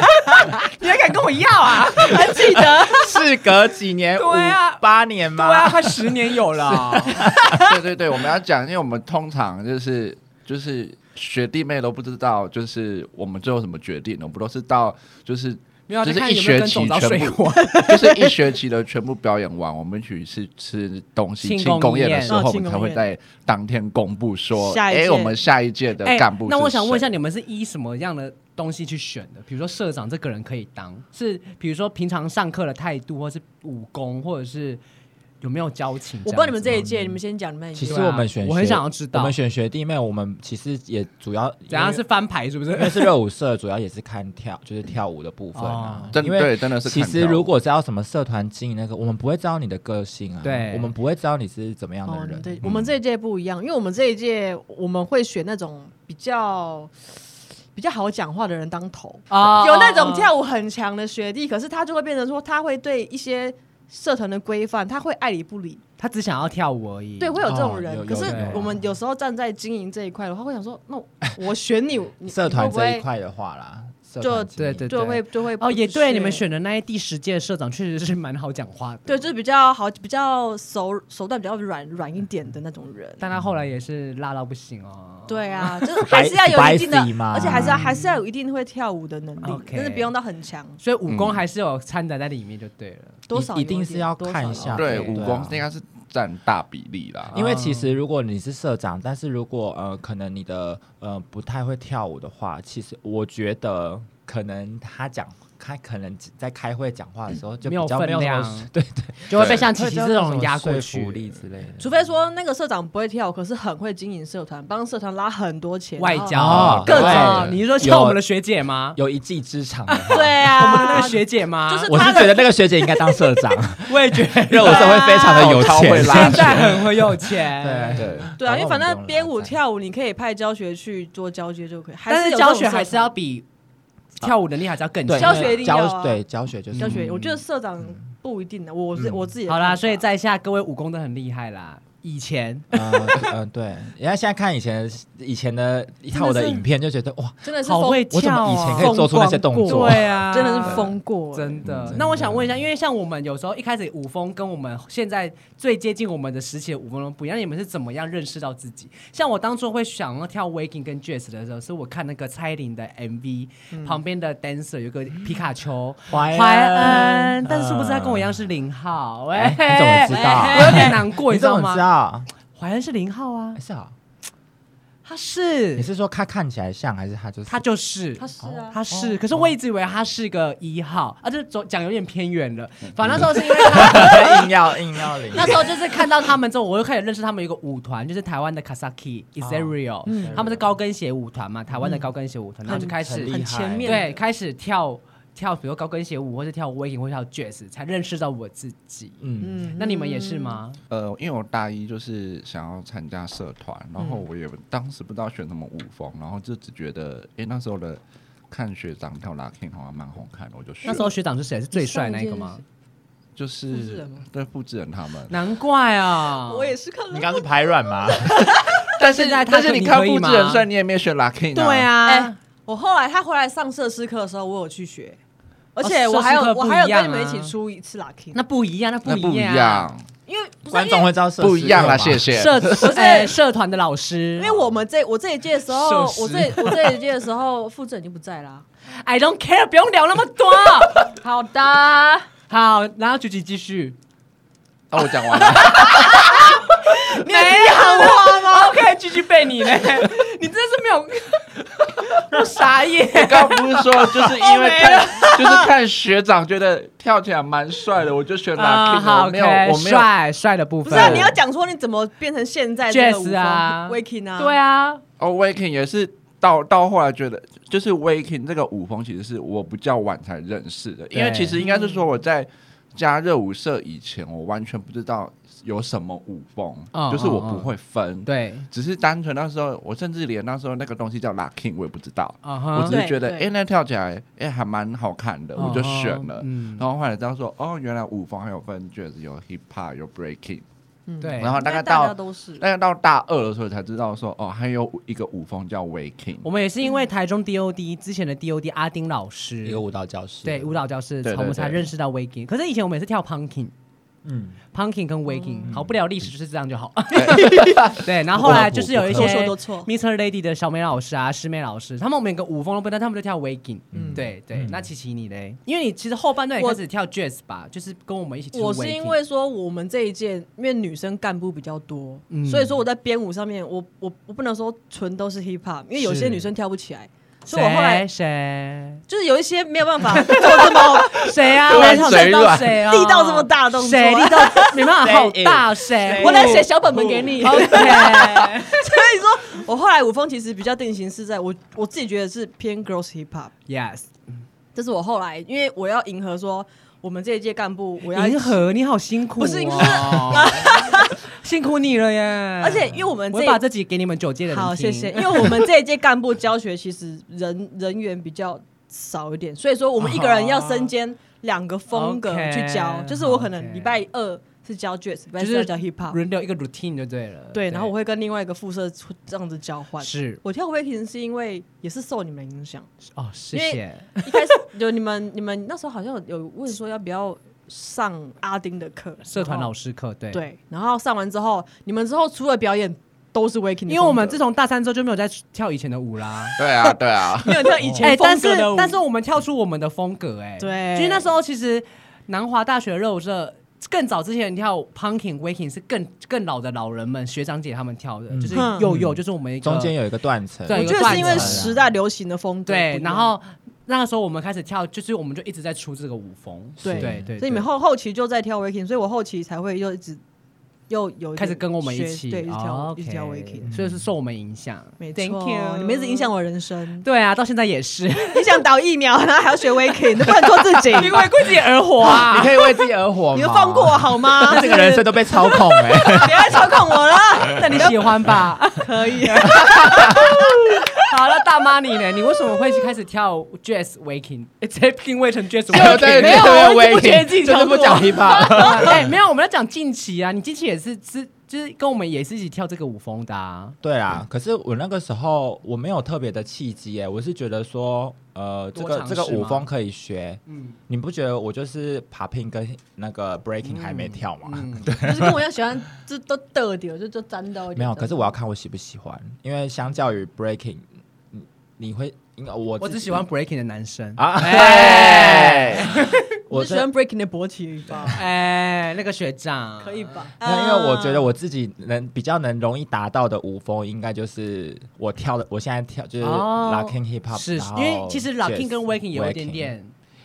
Speaker 1: 你还敢跟我要啊？
Speaker 4: 还记得。
Speaker 3: 事隔几年，
Speaker 1: 对啊
Speaker 3: 五八年
Speaker 1: 对啊，
Speaker 3: 吗？
Speaker 1: 快十年有了。
Speaker 2: 对对对，我们要讲，因为我们通常就是就是学弟妹都不知道，就是我们最后怎么决定的，我们都是到就是
Speaker 1: 没有，啊
Speaker 2: 就是
Speaker 1: 看
Speaker 2: 一
Speaker 1: 有没有
Speaker 2: 学
Speaker 1: 跟
Speaker 2: 期
Speaker 1: 总招
Speaker 2: 全
Speaker 1: 睡
Speaker 2: 部
Speaker 1: 过。
Speaker 2: 就是一学期的全部表演完，我们一起去吃东西
Speaker 1: 庆
Speaker 2: 庆
Speaker 1: 功
Speaker 2: 功
Speaker 1: 宴
Speaker 2: 宴的时
Speaker 4: 哦
Speaker 2: 候，我
Speaker 4: 庆
Speaker 2: 们才
Speaker 4: 功
Speaker 2: 会
Speaker 4: 宴
Speaker 2: 在当天公布说，
Speaker 4: 下一
Speaker 2: 哎，
Speaker 4: 届
Speaker 2: 我们下一届的
Speaker 1: 哎，
Speaker 2: 干部。
Speaker 1: 那我想问一下，，你们是依什么样的东西去选的？比如说社长这个人可以当，是比如说平常上课的态度，或是武功，或者是有没有交情？
Speaker 4: 我不知道你们这一
Speaker 1: 样子吗
Speaker 4: 届，你们先讲你们一
Speaker 3: 其
Speaker 4: 届。
Speaker 3: 实我们选学，
Speaker 1: 我很想要知道
Speaker 3: 我们选学弟妹，我们其实也主要
Speaker 1: 怎样是翻牌，是 不是
Speaker 3: 因？为是热舞社，主要也是看跳，就是跳舞的部分啊
Speaker 1: 哦。
Speaker 2: 真
Speaker 3: 因为
Speaker 2: 对，真的是
Speaker 3: 其
Speaker 2: 看
Speaker 3: 实
Speaker 2: 到
Speaker 3: 如果知道什么社团经营那个，我们不会知道你的个性啊，
Speaker 1: 对
Speaker 3: 我们不会知道你是怎么样
Speaker 4: 哦
Speaker 3: 的，
Speaker 4: 你们
Speaker 3: 人。嗯
Speaker 4: 这我们这一届不一样，因为我们这一届我们会选那种比较比较好讲话的人当头，
Speaker 3: 哦
Speaker 1: 啊
Speaker 4: 有那种跳舞很强的学弟，可是他就会变成说他会对一些社团的规范，他会爱理不理，
Speaker 1: 他只想要跳舞而已。
Speaker 4: 对，会有这种
Speaker 3: 哦
Speaker 4: 人。
Speaker 3: 有
Speaker 4: 可是
Speaker 1: 有有
Speaker 4: 我们有时候站在经营这一块的话，会想说，那我 我选你，你
Speaker 3: 社团
Speaker 4: 你会不
Speaker 3: 这一
Speaker 4: 会
Speaker 3: 块的话啦，社
Speaker 4: 就
Speaker 3: 团经营
Speaker 1: 对对
Speaker 4: 就会就会
Speaker 1: 哦，也
Speaker 4: 不
Speaker 1: 对，
Speaker 4: 屑
Speaker 1: 你们选的那一第十届的社长确实是蛮好讲话的。
Speaker 4: 对，就是比较好，比较手手段比较软软一点的那种人。
Speaker 1: 但他后来也是辣到不行哦。
Speaker 4: 对啊，就是还是要有一定
Speaker 3: Spicy
Speaker 4: 的，
Speaker 3: 嘛
Speaker 4: 而且还是要还是要有一定会跳舞的能力
Speaker 1: OK，
Speaker 4: 但是不用到很强，
Speaker 1: 所以武功还是有掺杂在里面就对了。
Speaker 4: 多少
Speaker 3: 一
Speaker 4: 有
Speaker 3: 一定是要
Speaker 4: 点
Speaker 3: 看
Speaker 4: 多
Speaker 3: 一
Speaker 4: 少
Speaker 3: 下
Speaker 4: 有
Speaker 2: 对
Speaker 3: 对
Speaker 2: 武
Speaker 3: 对
Speaker 2: 功
Speaker 3: 啊
Speaker 2: 应该是占大比例啦。
Speaker 3: 因为其
Speaker 1: 哦
Speaker 3: 实如果你是社长，但是如果呃可能你的呃不太会跳舞的话，其实我觉得可能他讲他可能在开会讲话的时候就
Speaker 1: 没有
Speaker 3: 比较没有
Speaker 1: 分
Speaker 3: 什么
Speaker 1: 量
Speaker 3: 对
Speaker 1: 就会被
Speaker 2: 对
Speaker 1: 像琪
Speaker 3: 对，
Speaker 1: 琪这种人压过
Speaker 3: 福利
Speaker 1: 去，
Speaker 3: 之类的。
Speaker 4: 除非说那个社长不会跳舞，可是很会经营社团，帮社团拉很多钱，
Speaker 1: 外
Speaker 4: 然后
Speaker 1: 交、啊
Speaker 3: 哦
Speaker 1: 各
Speaker 3: 对
Speaker 1: 种。你是说像
Speaker 3: 有
Speaker 1: 我们的学姐吗？
Speaker 3: 有一技之长的
Speaker 4: 对
Speaker 3: 话，
Speaker 1: 我们的
Speaker 4: 啊，
Speaker 1: 那个学姐吗？
Speaker 4: 就是
Speaker 3: 我是觉得那个学姐应该当社长，
Speaker 1: 我也觉得
Speaker 3: 热舞社会非常的有
Speaker 2: 哦超会
Speaker 3: 钱。
Speaker 2: 拉
Speaker 1: 现在很会有钱。
Speaker 3: 对
Speaker 2: 对，
Speaker 4: 对啊，因为反正编舞跳舞你可以派教学去做交接就可以，
Speaker 1: 但是
Speaker 4: 是有
Speaker 1: 教
Speaker 4: 这种
Speaker 1: 学还
Speaker 4: 社
Speaker 1: 是
Speaker 4: 团
Speaker 1: 要比跳舞能力还是要更
Speaker 3: 对
Speaker 1: 强
Speaker 4: 教。学一定要啊
Speaker 3: 教对教学就是
Speaker 4: 教学，我觉得社长不一定的，我自我自己的
Speaker 1: 好啦，
Speaker 4: 看法
Speaker 1: 所以在下各位武功都很厉害啦。以前
Speaker 3: 嗯嗯对，人家现在看以前的以前的一套我的影片就觉得哇，
Speaker 4: 真的是
Speaker 1: 好
Speaker 4: 疯
Speaker 1: 会
Speaker 3: 我怎
Speaker 1: 跳
Speaker 3: 么以
Speaker 1: 哦
Speaker 3: 前可以做出那些动
Speaker 4: 跳
Speaker 3: 作？
Speaker 1: 对啊，
Speaker 4: 真的是疯过，
Speaker 1: 真的
Speaker 3: 嗯。
Speaker 1: 那我想问一下，因为像我们有时候一开始舞风跟我们现在最接近我们的时期的舞风都不一样，你们是怎么样认识到自己？像我当初会想要跳 Waking 跟 Jazz 的时候，是我看那个蔡依林的 MV，、旁
Speaker 4: 嗯
Speaker 1: 边的 dancer 有个皮卡 丘
Speaker 3: 怀
Speaker 1: 怀
Speaker 3: 恩
Speaker 1: 恩，但是不知道跟我一样是零号，哎、
Speaker 3: 嗯你怎么知道
Speaker 1: 我有点难过，
Speaker 3: 你
Speaker 1: 你知
Speaker 3: 怎
Speaker 1: 道
Speaker 3: 么知
Speaker 1: 吗？
Speaker 3: 道？
Speaker 1: 怀恩是零号啊
Speaker 3: 哎，是啊，
Speaker 1: 他是
Speaker 3: 你是说他看起来像，还是他就是
Speaker 1: 他就是
Speaker 4: 他是啊，
Speaker 1: 他
Speaker 3: 哦
Speaker 1: 是，可是
Speaker 3: 嗯
Speaker 1: 我一直以为他是个一号，啊，这走讲有点偏远了。反正那时候是因为他
Speaker 3: 很要硬要领。
Speaker 1: 那时候就是看到他们之后，我又开始认识他们有一个舞团，就是台湾的 Kasaki i s e r i o
Speaker 4: 嗯
Speaker 1: 他们是高跟鞋舞团嘛，台湾的高跟鞋舞团，然后就开始
Speaker 3: 哦嗯很厉害
Speaker 4: 很前面
Speaker 1: 对开始跳跳，比如高跟鞋舞，或是跳 waking，或是跳 jazz，才认识到我自己。
Speaker 3: 嗯，
Speaker 4: 嗯
Speaker 1: 那你们也是？吗？
Speaker 2: 呃，因为我大一就是想要参加社团，然后我也当时不知道选什么舞风，然后就只觉得，哎、那时候的看学长跳 locking 好像蛮好看的，我就学
Speaker 1: 那
Speaker 2: 了。
Speaker 1: 时候学长是谁？是最帅那一个吗？
Speaker 2: 就
Speaker 4: 复制
Speaker 2: 是
Speaker 4: 人吗
Speaker 2: 对复制人他们，
Speaker 1: 难怪啊！
Speaker 4: 我也是看了，
Speaker 3: 你刚是排卵吗？
Speaker 2: 但
Speaker 1: 现在他
Speaker 2: 但是
Speaker 1: 可
Speaker 2: 你
Speaker 1: 你
Speaker 2: 看
Speaker 1: 可以
Speaker 2: 复制
Speaker 1: 吗
Speaker 2: 人，虽然你也没有学 locking，
Speaker 1: 对啊
Speaker 4: 哎，我后来他回来上社师课的时候，我有去学，而且
Speaker 1: 哦
Speaker 4: 我还有、
Speaker 1: 社师课
Speaker 4: 我
Speaker 1: 不一
Speaker 4: 还
Speaker 1: 样啊
Speaker 4: 有跟你们一起出一次 lucky，
Speaker 1: 那不一样，那
Speaker 2: 那不
Speaker 1: 一
Speaker 2: 一
Speaker 1: 样。
Speaker 2: 样，
Speaker 4: 因为不是
Speaker 3: 观
Speaker 4: 因
Speaker 3: 众
Speaker 4: 为
Speaker 3: 会知道社
Speaker 2: 不一样啦，
Speaker 3: 了，
Speaker 2: 谢谢。
Speaker 1: 社
Speaker 4: 是
Speaker 1: 呃社团的老师，
Speaker 4: 因为我们这我这一届的时候，
Speaker 1: 社师
Speaker 4: 我这我这一届的时候，傅正已经不 在啦。
Speaker 1: I don't care，不用聊那么多。
Speaker 4: 好的，
Speaker 1: 好，然后菊菊继续。
Speaker 2: 哦那我讲完了，
Speaker 1: 没有话吗
Speaker 2: 啊
Speaker 1: ？OK，继续背你嘞，你真是没有，我傻眼。
Speaker 2: 我刚刚不是说就是因
Speaker 1: 我
Speaker 2: 为
Speaker 1: 哦没
Speaker 2: 看就是看学长觉得跳起来蛮帅的，我就学 locking，
Speaker 1: 啊好
Speaker 2: 我没有
Speaker 1: OK，
Speaker 2: 我没有
Speaker 1: 帅帅的部
Speaker 4: 不
Speaker 1: 分。
Speaker 4: 是啊，你要讲说你怎么变成现在这个舞
Speaker 1: Jazz 啊
Speaker 4: w a k i n g 啊，
Speaker 1: 对
Speaker 4: 啊，
Speaker 1: 啊，
Speaker 2: 哦，waking 也是到到后来觉得，就是 waking 这个舞风其实是我比较晚才认识的，因为
Speaker 1: 对
Speaker 2: 其实应该是说我在加热舞社以前，我完全不知道有什么舞风，
Speaker 1: 嗯
Speaker 2: 就是我
Speaker 1: 嗯
Speaker 2: 不会分，
Speaker 1: 对，
Speaker 2: 只是单纯那时候，我甚至连那时候那个东西叫 locking 我也不知道，
Speaker 1: 啊
Speaker 2: 我
Speaker 1: 哈
Speaker 2: 只是觉得
Speaker 4: 对
Speaker 2: 哎、
Speaker 4: 对
Speaker 2: 诶那跳起来哎、诶还蛮好看的，我就选了。
Speaker 1: 嗯
Speaker 2: 然后后来知道说，哦，原来舞风还有分 jazz，有 hip hop，有 breaking，
Speaker 4: 嗯
Speaker 1: 对
Speaker 2: 然后大概
Speaker 4: 大
Speaker 2: 到
Speaker 4: 家都是
Speaker 2: 大概到大二的时候才知道说，哦，还有一个舞风叫 waking。
Speaker 1: 我们也是因
Speaker 4: 嗯
Speaker 1: 为台中 DOD 之前的 DOD 阿丁老
Speaker 3: 一
Speaker 1: 师
Speaker 3: 个，舞蹈教室，
Speaker 1: 对舞蹈教室，
Speaker 2: 对对
Speaker 1: 我们才
Speaker 2: 对
Speaker 1: 认识到 Waking。可是以前我们也是跳 Punking。
Speaker 3: 嗯，
Speaker 1: Punking 跟
Speaker 4: 嗯
Speaker 1: Waking 好不了历史就是这样就好。 对，然后后
Speaker 3: 不
Speaker 1: 来
Speaker 3: 不
Speaker 1: 就是有一
Speaker 3: 不
Speaker 1: 些
Speaker 4: 多说多错
Speaker 1: Mr. Lady 的小美老师啊、师妹老师，他们我们连个舞风都不但他们就跳 Waking。
Speaker 4: 嗯
Speaker 1: 对对
Speaker 3: 嗯。
Speaker 1: 那琪琪你嘞？因为你其实后半段也
Speaker 4: 我
Speaker 1: 开始跳 Jazz 吧，就是跟我们一起出 Waking。
Speaker 4: 我是因为说我们这一届，因为女生干部比较多，
Speaker 1: 嗯
Speaker 4: 所以说我在编舞上面，我我我不能说纯都是 hip hop，因为有些
Speaker 1: 是
Speaker 4: 女生跳不起来，所以我后
Speaker 1: 谁
Speaker 4: 来
Speaker 1: 谁
Speaker 4: 就是有一些没有 办法做这么
Speaker 1: 谁啊？
Speaker 2: 突
Speaker 1: 我
Speaker 2: 然
Speaker 1: 想
Speaker 2: 嘴
Speaker 1: 知道
Speaker 2: 软
Speaker 1: 谁啊？
Speaker 4: 力道这么大的动作
Speaker 1: 谁力道没办 法好大
Speaker 3: 谁
Speaker 1: 谁？
Speaker 4: 我来写小本本给你。所
Speaker 1: OK，
Speaker 4: 哦以说我后来舞风其实比较定型是在我我自己觉得是偏 girls hip hop，
Speaker 1: Yes，
Speaker 4: 这是我后来因为我要迎合说我们这一届干部，我 要
Speaker 1: 银河你好辛苦哦，
Speaker 4: 不是不
Speaker 1: 辛苦你了耶！
Speaker 4: 而且因为我们
Speaker 1: 我
Speaker 4: 这
Speaker 1: 会把这集给你们九届的人
Speaker 4: 好，谢
Speaker 1: 听
Speaker 4: 谢。因为我们这一届干部教学其实人人员比较少一点，所以说我们一个人要身兼两个风格
Speaker 1: OK，
Speaker 4: 去教，就是我可能
Speaker 1: OK
Speaker 4: 礼拜二是教 jazz，礼拜
Speaker 1: 就是
Speaker 4: 四教 hip hop，
Speaker 1: 轮流一个 routine 就对了。
Speaker 4: 对，然后我会跟另外一个副社这样子交换。
Speaker 1: 是
Speaker 4: 我跳 waking 是因为也是受你们影响，
Speaker 1: 哦，谢
Speaker 4: 因为
Speaker 1: 谢。
Speaker 4: 一开始有你们你们那时候好像有有问说要不要上阿丁的课，
Speaker 1: 社团老
Speaker 4: 师
Speaker 1: 师课对，
Speaker 4: 对，然后上完之后，你们之后除了表演都是 waking，的
Speaker 1: 因为我们
Speaker 4: 风格
Speaker 1: 自从大三之后就没有再跳以前的舞啦。
Speaker 2: 对啊，对啊。
Speaker 4: 没有跳 以前
Speaker 1: 哎但
Speaker 4: 风
Speaker 1: 是
Speaker 4: 格的舞，
Speaker 1: 但是我们跳出我们的风格哎、
Speaker 4: 对
Speaker 1: 就是那时候其实南华大学热舞社。更早之前跳 punking waking 是更更老的老人们学长姐他们跳的，
Speaker 3: 嗯
Speaker 1: 就是
Speaker 4: 哼
Speaker 1: 幼幼，就是我们一个
Speaker 3: 中间有一个断层，
Speaker 1: 对
Speaker 4: 我
Speaker 1: 有
Speaker 4: 觉
Speaker 1: 个
Speaker 4: 得是因为
Speaker 1: 断层啊
Speaker 4: 时代流行的风格不一样。
Speaker 1: 对，然后那个时候我们开始跳，就是我们就一直在出这个舞风，对
Speaker 4: 对
Speaker 1: 对对，
Speaker 4: 所以你们后后期就在跳 waking，所以我后期才会又一直又有一点
Speaker 1: 开始跟我们一
Speaker 4: 学
Speaker 1: 起
Speaker 4: 对，一直跳、
Speaker 1: 哦
Speaker 4: 一直跳
Speaker 1: OK，
Speaker 4: waking，
Speaker 1: 所以是受我们影响，
Speaker 4: 没错
Speaker 1: Thank you，
Speaker 4: 你们一直影响我人生，
Speaker 1: 对啊，到现在也是，
Speaker 4: 你想打疫苗， 然后还要学 waking，你不能做自 己，
Speaker 1: 因为自己而活啊，
Speaker 3: 你可以为自己而活吗？
Speaker 4: 你们放过我好 吗？
Speaker 3: 这个人生都被操控哎、
Speaker 4: 是不是，别再操控我了，
Speaker 1: 那你喜欢吧？
Speaker 4: 可以。
Speaker 1: 好，那大妈你呢？你为什么会开始跳 jazz waking？诶直接定位成 jazz
Speaker 3: 对
Speaker 1: waking？
Speaker 3: 对
Speaker 1: 没有，啊
Speaker 3: 对，
Speaker 1: 我一直不觉 得自己
Speaker 3: 就
Speaker 1: 跳
Speaker 3: 是
Speaker 1: 过
Speaker 3: 不 讲 hip hop。
Speaker 1: 哎，没有，我们要讲近期啊，你近期也是是就是跟我们也是一起跳这个舞风的啊。
Speaker 3: 对啊，可是我那个时候我没有特别的契机哎、我是觉得说，呃，这
Speaker 1: 多
Speaker 3: 个
Speaker 1: 尝
Speaker 3: 这个
Speaker 1: 试
Speaker 3: 舞
Speaker 1: 吗
Speaker 3: 风可以学，
Speaker 1: 嗯，
Speaker 3: 你不觉得我就是 popping 跟那个 breaking 还没跳吗？
Speaker 1: 嗯
Speaker 4: 就是跟我一样喜欢，这都得掉，就就沾到一点。
Speaker 3: 没有，可是我要看我喜不喜欢，因为相较于 breaking，你你会，应该我
Speaker 1: 我
Speaker 3: 自
Speaker 1: 只
Speaker 3: 己
Speaker 1: 喜欢 breaking 的男生。
Speaker 3: 啊，
Speaker 1: 哎
Speaker 4: 我
Speaker 3: 我
Speaker 4: 是喜欢
Speaker 3: 真
Speaker 4: breaking 的勃起而已吧，
Speaker 1: 哎，那个学长
Speaker 4: 可以吧？
Speaker 3: 那因为我
Speaker 4: 啊
Speaker 3: 觉得我自己能比较能容易达到的舞风，应该就是我跳的，我现在跳就是
Speaker 1: 哦
Speaker 3: locking hip hop，
Speaker 1: 是
Speaker 3: 然后
Speaker 1: 因为其实
Speaker 3: jazz
Speaker 1: locking 跟 waking 有一点
Speaker 3: waking
Speaker 1: 点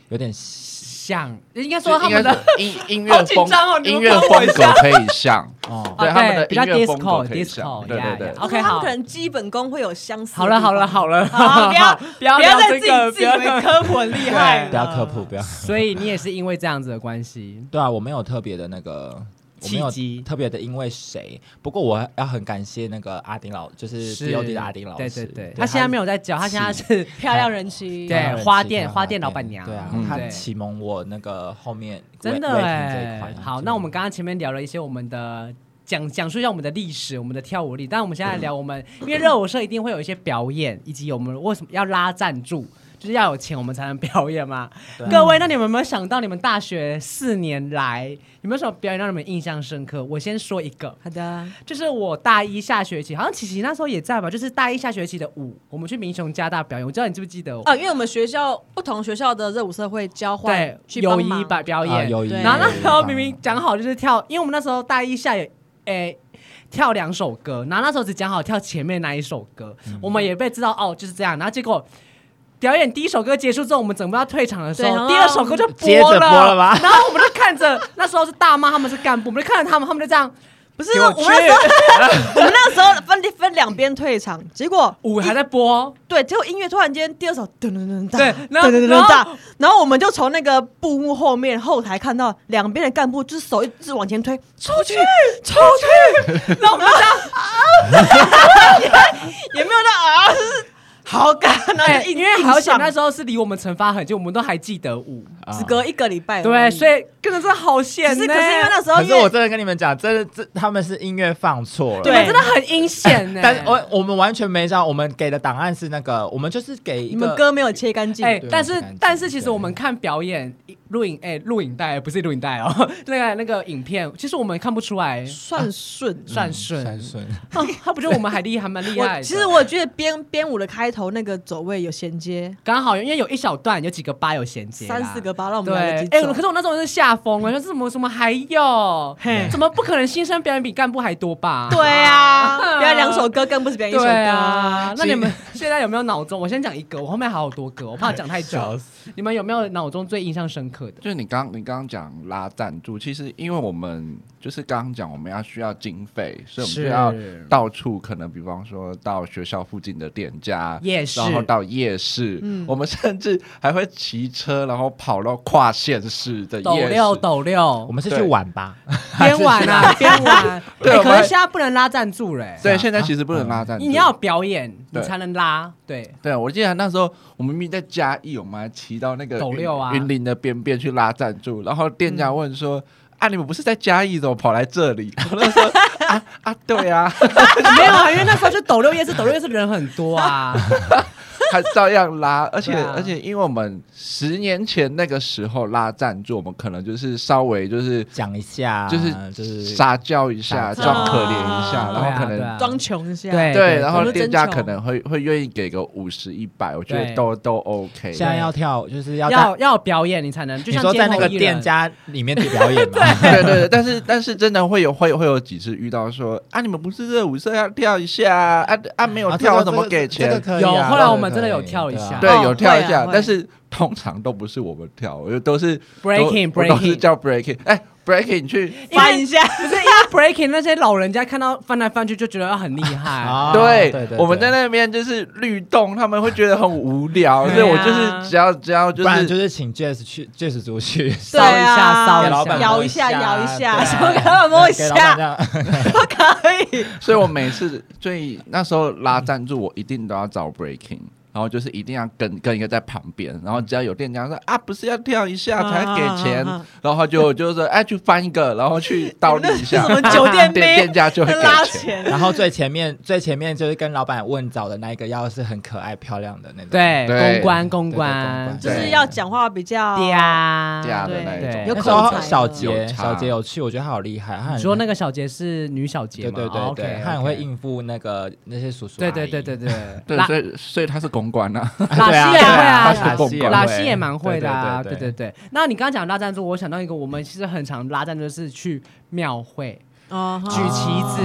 Speaker 3: 有点
Speaker 1: 像应该
Speaker 2: 就
Speaker 1: 说他
Speaker 2: 应该
Speaker 1: 们
Speaker 2: 是
Speaker 1: 的哦
Speaker 2: 音 音
Speaker 1: 好
Speaker 2: 乐
Speaker 1: 紧
Speaker 2: 风
Speaker 1: 张哦你
Speaker 2: 音
Speaker 1: 们
Speaker 2: 乐
Speaker 1: 帮我
Speaker 2: 风
Speaker 1: 一
Speaker 2: 格
Speaker 1: 下
Speaker 2: 可以像，
Speaker 3: 哦，
Speaker 1: 哦
Speaker 2: 对他们的
Speaker 1: 比较
Speaker 2: 音乐风格可以
Speaker 1: disco，disco，
Speaker 2: 像对对
Speaker 1: yeah，
Speaker 2: 对
Speaker 4: 啊
Speaker 1: yeah，OK，
Speaker 5: 他
Speaker 1: 好
Speaker 5: 们可，能基本功会有相似。
Speaker 1: 好了好了，好了，
Speaker 5: 好 不要
Speaker 1: 不要
Speaker 5: 不要
Speaker 1: 聊这
Speaker 5: 再自己
Speaker 1: 个，
Speaker 5: 自以为科普很厉害，
Speaker 1: 对
Speaker 3: 不要科
Speaker 1: 啊
Speaker 3: 普，。不要。
Speaker 1: 所以你也是因为这样子的关系，
Speaker 3: 对啊，我没有特别的那个。我没
Speaker 1: 契机
Speaker 3: 有特别的，因为谁？不过我要很感谢那个阿丁老，就是 D O D 的阿丁老
Speaker 1: 对
Speaker 3: 师。
Speaker 1: 对对，他现在没
Speaker 3: 有
Speaker 1: 有在教，他现在是
Speaker 5: 漂亮人妻，
Speaker 1: 对
Speaker 3: 当然
Speaker 1: 花
Speaker 3: 是
Speaker 1: 店
Speaker 3: 当
Speaker 1: 花
Speaker 3: 然
Speaker 1: 店老板娘
Speaker 3: 对啊
Speaker 2: 嗯，
Speaker 3: 他
Speaker 1: 对
Speaker 3: 启蒙我那个后面
Speaker 1: 真的
Speaker 3: waiting 这一
Speaker 1: 哎
Speaker 3: 块。
Speaker 1: 好，那我们刚刚前面聊了一些我们的。讲讲述一下我们的历史，我们的跳舞历。但我们现在来聊我们， 因为热舞社一定会有一些表演，以及我们为什么要拉赞助，就是要有钱我们才能表演嘛。
Speaker 3: 对啊
Speaker 1: 各位，那你们有没有想到你们大学四年来有没有什么表演让你们印象深刻？我先说一个，
Speaker 4: 好的，
Speaker 1: 就是我大一下学期，好像琪琪那时候也在吧，就是大一下学期的舞，我们去民雄加大表演，我知道你记不记得我？
Speaker 4: 啊，因为我们学校不同学校的热舞社会交换
Speaker 1: 对，
Speaker 4: 去
Speaker 1: 友
Speaker 4: 帮
Speaker 1: 谊
Speaker 4: 忙
Speaker 1: 吧表演，
Speaker 3: 啊友谊
Speaker 4: 对
Speaker 1: 然后那时候
Speaker 3: 友谊
Speaker 1: 明明讲好就是跳，因为我们那时候大一下也，诶、跳两首歌，然后那时候只讲好跳前面那一首歌，
Speaker 3: 嗯
Speaker 1: 我们也被知道哦就是这样，然后结果。表演第一首歌结束之后，我们准备要退场的时
Speaker 4: 对然
Speaker 1: 候，
Speaker 4: 后
Speaker 1: 第二首歌就
Speaker 3: 接着
Speaker 1: 了，
Speaker 3: 播了吧
Speaker 1: 然后我们就看着 那时候是大妈，他们是干部，我们就看着他们，他们就这样，
Speaker 4: 不是
Speaker 1: 给
Speaker 4: 我
Speaker 1: 我
Speaker 4: 们那时 候，我们那时候分分两边退场，结果
Speaker 1: 舞还在播，
Speaker 4: 对，结果音乐突然间第二首噔噔噔哒，
Speaker 1: 对
Speaker 4: 噔
Speaker 1: 然后
Speaker 4: 噔噔
Speaker 1: 然后
Speaker 4: 噔哒，然后我们就从那个布幕后面后台看到两边的干部就是手一直往前推，出去出去，
Speaker 1: 然后我们就这样，
Speaker 4: 也没有那啊，就是好感，然后就
Speaker 1: 哎
Speaker 4: 硬
Speaker 1: 因为好险那
Speaker 4: 硬
Speaker 1: 时候是离我们惩罚很近，我们都还记得舞，
Speaker 3: 啊
Speaker 4: 上只隔一个礼拜而已，
Speaker 1: 对，所以跟着真的好险
Speaker 4: 只
Speaker 1: 呢，
Speaker 4: 是可是因为那时候
Speaker 3: 可
Speaker 4: 因
Speaker 3: 是我
Speaker 4: 为
Speaker 3: 真的跟你们讲，真的这他们是音乐放错了，
Speaker 1: 你们
Speaker 4: 对
Speaker 1: 真的很阴险
Speaker 4: 哎
Speaker 1: 欸呢，
Speaker 3: 但是我我们完全没想，我们给的档案是那个，我们就是给一
Speaker 4: 你
Speaker 3: 个
Speaker 4: 们歌没有切干净，
Speaker 1: 哎、
Speaker 3: 对
Speaker 1: 但
Speaker 3: 我
Speaker 1: 是
Speaker 3: 不敢
Speaker 1: 但
Speaker 3: 讲
Speaker 1: 是其实
Speaker 3: 对
Speaker 1: 我们看表演录影哎录、影带不是录影带哦，那个那个影片，其实我们看不出来
Speaker 4: 算顺。
Speaker 1: 算顺、
Speaker 3: 顺，
Speaker 1: 哦，他不觉得我们还厉害还蛮厉害
Speaker 4: 哎我
Speaker 1: 的。
Speaker 4: 其实我觉得编编舞的开头那个走位有衔接，
Speaker 1: 刚好因为有一小段有几个八有衔接啦，
Speaker 4: 三四个八让我们
Speaker 1: 对，
Speaker 4: 来
Speaker 1: 哎、
Speaker 4: 得及走
Speaker 1: 可是我那时候是吓疯了，说怎么怎么还有，
Speaker 4: 嘿
Speaker 1: 怎么不可能新生表演比干部还多吧？
Speaker 4: 对啊，表演两首歌更不是表演一首歌
Speaker 1: 对 啊，那
Speaker 3: 所以
Speaker 1: 你们 现在有没有脑中？我先讲一个，我后面还有多个，我怕讲太久。你们有没有脑中最印象深刻的？
Speaker 2: 就是你刚你刚刚讲拉赞助，其实因为我们就是刚刚讲我们要需要经费，所以我们
Speaker 1: 是
Speaker 2: 就要到处可能，比方说到学校附近的店家、
Speaker 1: 夜市
Speaker 2: 然后到夜市，
Speaker 1: 嗯
Speaker 2: 我们甚至还会骑车，然后跑到跨县市的
Speaker 1: 抖
Speaker 2: 夜市。
Speaker 1: 六抖六
Speaker 3: 我，们是去
Speaker 2: 对
Speaker 3: 玩吧？
Speaker 1: 边玩 啊边玩。
Speaker 2: 对
Speaker 1: 欸
Speaker 2: 我们
Speaker 1: 可
Speaker 2: 还
Speaker 1: 是现在不能拉赞助嘞，
Speaker 2: 对，现在其实不
Speaker 1: 哦
Speaker 2: 能拉赞助。
Speaker 1: 你要有表演你
Speaker 2: 对
Speaker 1: 才能拉。对，
Speaker 2: 对，我记得那时候我们明明在嘉义，我们还骑到那个
Speaker 1: 斗
Speaker 2: 云
Speaker 1: 六啊
Speaker 2: 云林的边边去拉赞助，然后店
Speaker 1: 嗯
Speaker 2: 家问说。啊！你们不是在嘉义，怎么跑来这里？ 我就说啊啊，对啊，
Speaker 1: 没有啊，因为那时候就抖六夜市，抖六夜市人很多啊。
Speaker 2: 还照样拉，而且、
Speaker 1: 对啊
Speaker 2: 而且，因为我们十年前那个时候拉赞助，我们可能就是稍微就是
Speaker 3: 讲一下，
Speaker 2: 就是
Speaker 3: 就是
Speaker 2: 撒娇一下，
Speaker 3: 撒娇
Speaker 2: 装可怜一下，
Speaker 4: 啊
Speaker 2: 然后可能
Speaker 1: 对啊
Speaker 4: 装穷一下。
Speaker 1: 对
Speaker 2: 对，然
Speaker 4: 我
Speaker 2: 后
Speaker 4: 们
Speaker 2: 店
Speaker 4: 真
Speaker 2: 家
Speaker 4: 穷
Speaker 2: 可能会会愿意给个五十一百，我觉
Speaker 1: 对
Speaker 2: 得都都 OK。
Speaker 3: 现在要跳，就是要在
Speaker 1: 要要有表演你才能，就
Speaker 3: 你
Speaker 1: 像
Speaker 3: 说
Speaker 1: 街
Speaker 3: 在那
Speaker 1: 头
Speaker 3: 个
Speaker 1: 艺人
Speaker 3: 店，家里面 表演啊嘛？
Speaker 2: 对对对，但是但是真的会有会有会有几次遇到说啊，你们不是热舞社要跳一下啊啊啊没有
Speaker 3: 啊
Speaker 2: 跳
Speaker 3: 这个
Speaker 2: 怎么给
Speaker 3: 这
Speaker 2: 钱
Speaker 3: 个？可以啊
Speaker 1: 有后来我们
Speaker 3: 这个
Speaker 1: 真的有
Speaker 3: 可以
Speaker 1: 跳一
Speaker 3: 对啊
Speaker 1: 下
Speaker 2: 对
Speaker 4: 哦，
Speaker 2: 有跳一
Speaker 4: 会啊
Speaker 2: 下
Speaker 4: 会，
Speaker 2: 但是通常都不是我们跳，我就都是
Speaker 1: Breaking，
Speaker 2: 都我都是
Speaker 1: breaking
Speaker 2: 叫 breaking。哎，breaking 你去
Speaker 1: 因为
Speaker 4: 一下，
Speaker 1: 不是因为 breaking 那些老人家看到翻来翻去就觉得很厉害。
Speaker 3: 啊
Speaker 2: 对
Speaker 3: 对对，
Speaker 2: 我们在那边就是律动，他们会觉得很无聊，所以
Speaker 1: 对
Speaker 2: 我
Speaker 1: 啊
Speaker 2: 就是只要只要就
Speaker 3: 不然就是是请 Jess 去 Jess 组去，
Speaker 1: 对
Speaker 4: 对啊
Speaker 1: 烧一下烧一下
Speaker 3: 给老板
Speaker 4: 摇
Speaker 3: 摸
Speaker 4: 一下摇一下，
Speaker 3: 对
Speaker 4: 什 么给他们摸一
Speaker 3: 给老板
Speaker 4: 下，
Speaker 3: 这样
Speaker 4: 不可以。
Speaker 2: 所以我每次最那时候拉赞助，我一定都要找 breaking。然后就是一定要跟跟一个在旁边，然后只要有店家说啊，不是要跳一下才给钱，
Speaker 4: 啊啊啊啊
Speaker 2: 然后他就就是说哎、去翻一个，然后去倒立一 下，
Speaker 4: 什么酒店妹
Speaker 2: 店店家就会给
Speaker 4: 拉
Speaker 2: 钱。
Speaker 4: 钱，
Speaker 3: 然后最前面最前面就是跟老板问找的那一个，要是很可爱漂亮的那种，
Speaker 1: 对，
Speaker 2: 对
Speaker 1: 公关公
Speaker 3: 对
Speaker 1: 关
Speaker 3: 对，
Speaker 4: 就
Speaker 2: 对
Speaker 4: 是要讲话比较
Speaker 1: 对啊呀，
Speaker 2: 嗲
Speaker 4: 对
Speaker 2: 的那一
Speaker 1: 对
Speaker 2: 种，
Speaker 4: 有
Speaker 3: 那
Speaker 4: 口
Speaker 3: 时候
Speaker 4: 才
Speaker 3: 小
Speaker 4: 了
Speaker 3: 杰
Speaker 2: 有差
Speaker 3: 小杰有去，我觉得他好厉害，他很
Speaker 1: 你说那个小杰是女小杰
Speaker 3: 对
Speaker 1: 吗？哦
Speaker 3: 对对对，他很会
Speaker 1: 应。
Speaker 3: 应付那个那些叔叔
Speaker 1: 对
Speaker 3: 阿
Speaker 1: 对
Speaker 3: 姨
Speaker 1: 对对对，
Speaker 2: 对，
Speaker 1: 拉
Speaker 2: 所以所以他是公关啊，
Speaker 1: 拉
Speaker 3: 对啊
Speaker 1: 西也
Speaker 3: 对
Speaker 1: 会
Speaker 3: 啊
Speaker 1: 啊，
Speaker 3: 拉西也
Speaker 1: 拉
Speaker 3: 会
Speaker 1: 西也蛮会的啊，对
Speaker 3: 对
Speaker 1: 对
Speaker 3: 对
Speaker 1: 对。那你刚刚讲拉赞助，我想到一个，我们其实很常拉赞助是去庙会，
Speaker 4: 哦
Speaker 1: 举旗子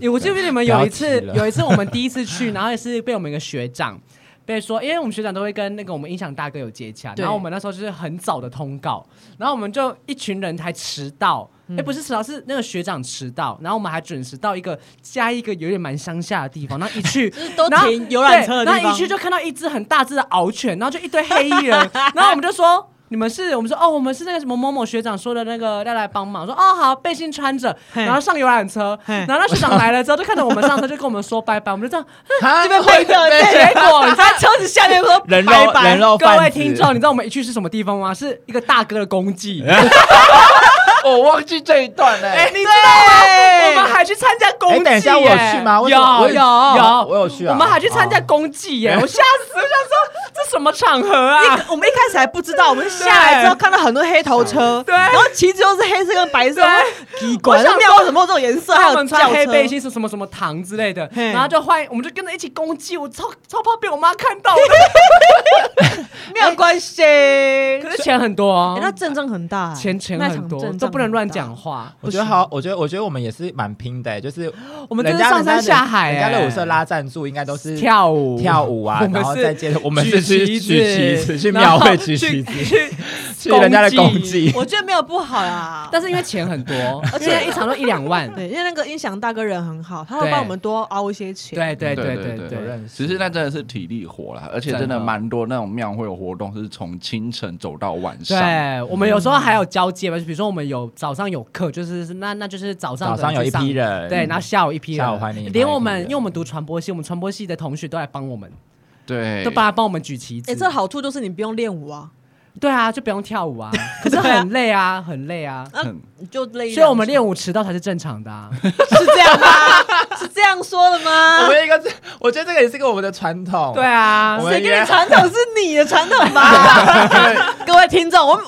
Speaker 1: 诶我记得你们有一次
Speaker 3: 不要提，了
Speaker 1: 有一次我们第一次去，然后也是被我们一个学长。被说，因为我们学长都会跟那个我们音响大哥有接洽，
Speaker 4: 对
Speaker 1: 然后我们那时候就是很早的通告，然后我们就一群人还迟到，哎、不是迟到，是那个学长迟到，然后我们还准时到一个加一个有点蛮乡下的地方，然后一去
Speaker 5: 就是都
Speaker 1: 然后
Speaker 5: 停游览车的
Speaker 1: 对
Speaker 5: 地方，
Speaker 1: 然后一去就看到一只很大只的獒犬，然后就一堆黑衣 人，然后我们就说。你们是我们说哦，我们是那个什么某某学长说的那个要来帮忙，说哦好背心穿着，
Speaker 5: 嘿
Speaker 1: 然后上游览车，
Speaker 5: 嘿
Speaker 1: 然后那学长来了之后就看着我们上车就跟我们说拜拜，我们就这 样，
Speaker 3: 这边
Speaker 5: 会
Speaker 2: 哎
Speaker 5: 的，
Speaker 1: 结果你知道
Speaker 5: 在车子下面说
Speaker 3: 人肉
Speaker 5: 拜拜
Speaker 3: 人肉
Speaker 1: 各位
Speaker 3: 贩子
Speaker 1: 听众，你知道我们一去是什么地方吗？是一个大哥的功 绩，
Speaker 2: 我忘记这一段嘞、
Speaker 1: 哎，你知道吗？我们还去参加功绩
Speaker 3: 哎，
Speaker 1: 耶，
Speaker 3: 等一下，我有去吗？我
Speaker 1: 有有
Speaker 3: 有
Speaker 1: 有，
Speaker 3: 我有去啊。
Speaker 1: 我们还去参加公祭耶！
Speaker 3: 哦
Speaker 1: 我吓死，我想说这什么场合啊？
Speaker 4: 我们一开始还不知道，我们下来之后看到很多黑头车，
Speaker 1: 对
Speaker 4: 然后旗子又是黑色跟白色，
Speaker 1: 对
Speaker 4: 奇怪，
Speaker 1: 我想
Speaker 4: 那庙为什么有这种颜 色？还
Speaker 1: 他
Speaker 4: 有
Speaker 1: 们
Speaker 4: 轿
Speaker 1: 穿
Speaker 4: 车
Speaker 1: 黑背，心是什么什么糖之类的，
Speaker 4: 嘿
Speaker 1: 然后就换，我们就跟着一起公祭，我超超怕被我妈看到的。
Speaker 4: 没有关系。
Speaker 1: 可是钱很多哦
Speaker 4: 哎，那阵仗很大，
Speaker 1: 钱钱
Speaker 4: 那
Speaker 1: 很
Speaker 4: 场
Speaker 1: 多，
Speaker 4: 阵
Speaker 1: 都
Speaker 4: 仗
Speaker 1: 不能乱
Speaker 4: 很大
Speaker 1: 讲话。
Speaker 3: 我觉得好，我觉得我觉得我们也是蛮拼的欸，就是
Speaker 1: 我们真
Speaker 3: 人
Speaker 1: 的
Speaker 3: 家
Speaker 1: 上山下海
Speaker 3: 人家
Speaker 1: 欸
Speaker 3: 乐舞社拉赞助应该都是
Speaker 1: 跳舞
Speaker 3: 跳舞啊
Speaker 1: 我，们
Speaker 3: 然后
Speaker 1: 是
Speaker 3: 再接着我们
Speaker 1: 举
Speaker 3: 是去
Speaker 1: 旗
Speaker 3: 举
Speaker 1: 子
Speaker 3: 旗子，去
Speaker 1: 然
Speaker 3: 庙
Speaker 1: 后
Speaker 3: 会举
Speaker 1: 去
Speaker 3: 旗子，
Speaker 1: 去
Speaker 3: 去人家的
Speaker 1: 公
Speaker 3: 公
Speaker 1: 祭
Speaker 3: 祭。
Speaker 5: 我觉得没有不好啦，
Speaker 1: 但是因为钱很多，而且一场都一两万。
Speaker 4: 对，因为那个音响大哥人很好，他会
Speaker 1: 对
Speaker 4: 帮我们多凹一些钱。
Speaker 1: 对对
Speaker 2: 对
Speaker 1: 对
Speaker 2: 对
Speaker 1: 对对，
Speaker 2: 对
Speaker 3: 认
Speaker 2: 其实那真的是体力活啦，而且真
Speaker 1: 真的
Speaker 2: 的蛮多那种庙会有活动是从清晨走到晚上。
Speaker 1: 对我们有时候还有交接嘛，就比如说我们有早上有课，就是那那就是早上
Speaker 3: 早上有一
Speaker 1: 人
Speaker 3: 批
Speaker 1: 去
Speaker 3: 人，
Speaker 1: 上，对，然后下午一批人，
Speaker 3: 下午欢迎
Speaker 1: 连我们
Speaker 3: 欢迎
Speaker 1: 因为我们读传播系，我们传播系的同学都来帮我们，
Speaker 2: 对，
Speaker 1: 都帮帮我们举旗
Speaker 5: 哎，
Speaker 1: 子
Speaker 5: 这。好处就是你不用练舞啊，
Speaker 1: 对啊，就不用跳舞啊，可是很累啊，很累啊。
Speaker 2: 很
Speaker 5: 你就累。
Speaker 1: 所以我们 练舞迟到才是正常的啊。
Speaker 5: 是这 样吗？是这样说的
Speaker 3: 我
Speaker 5: 吗？
Speaker 3: 们一个是，我觉得这个也是个我们的传统。
Speaker 1: 对啊
Speaker 3: 我，们
Speaker 5: 谁跟
Speaker 3: 也
Speaker 5: 你传统是你的传统 吧？各位听众，我们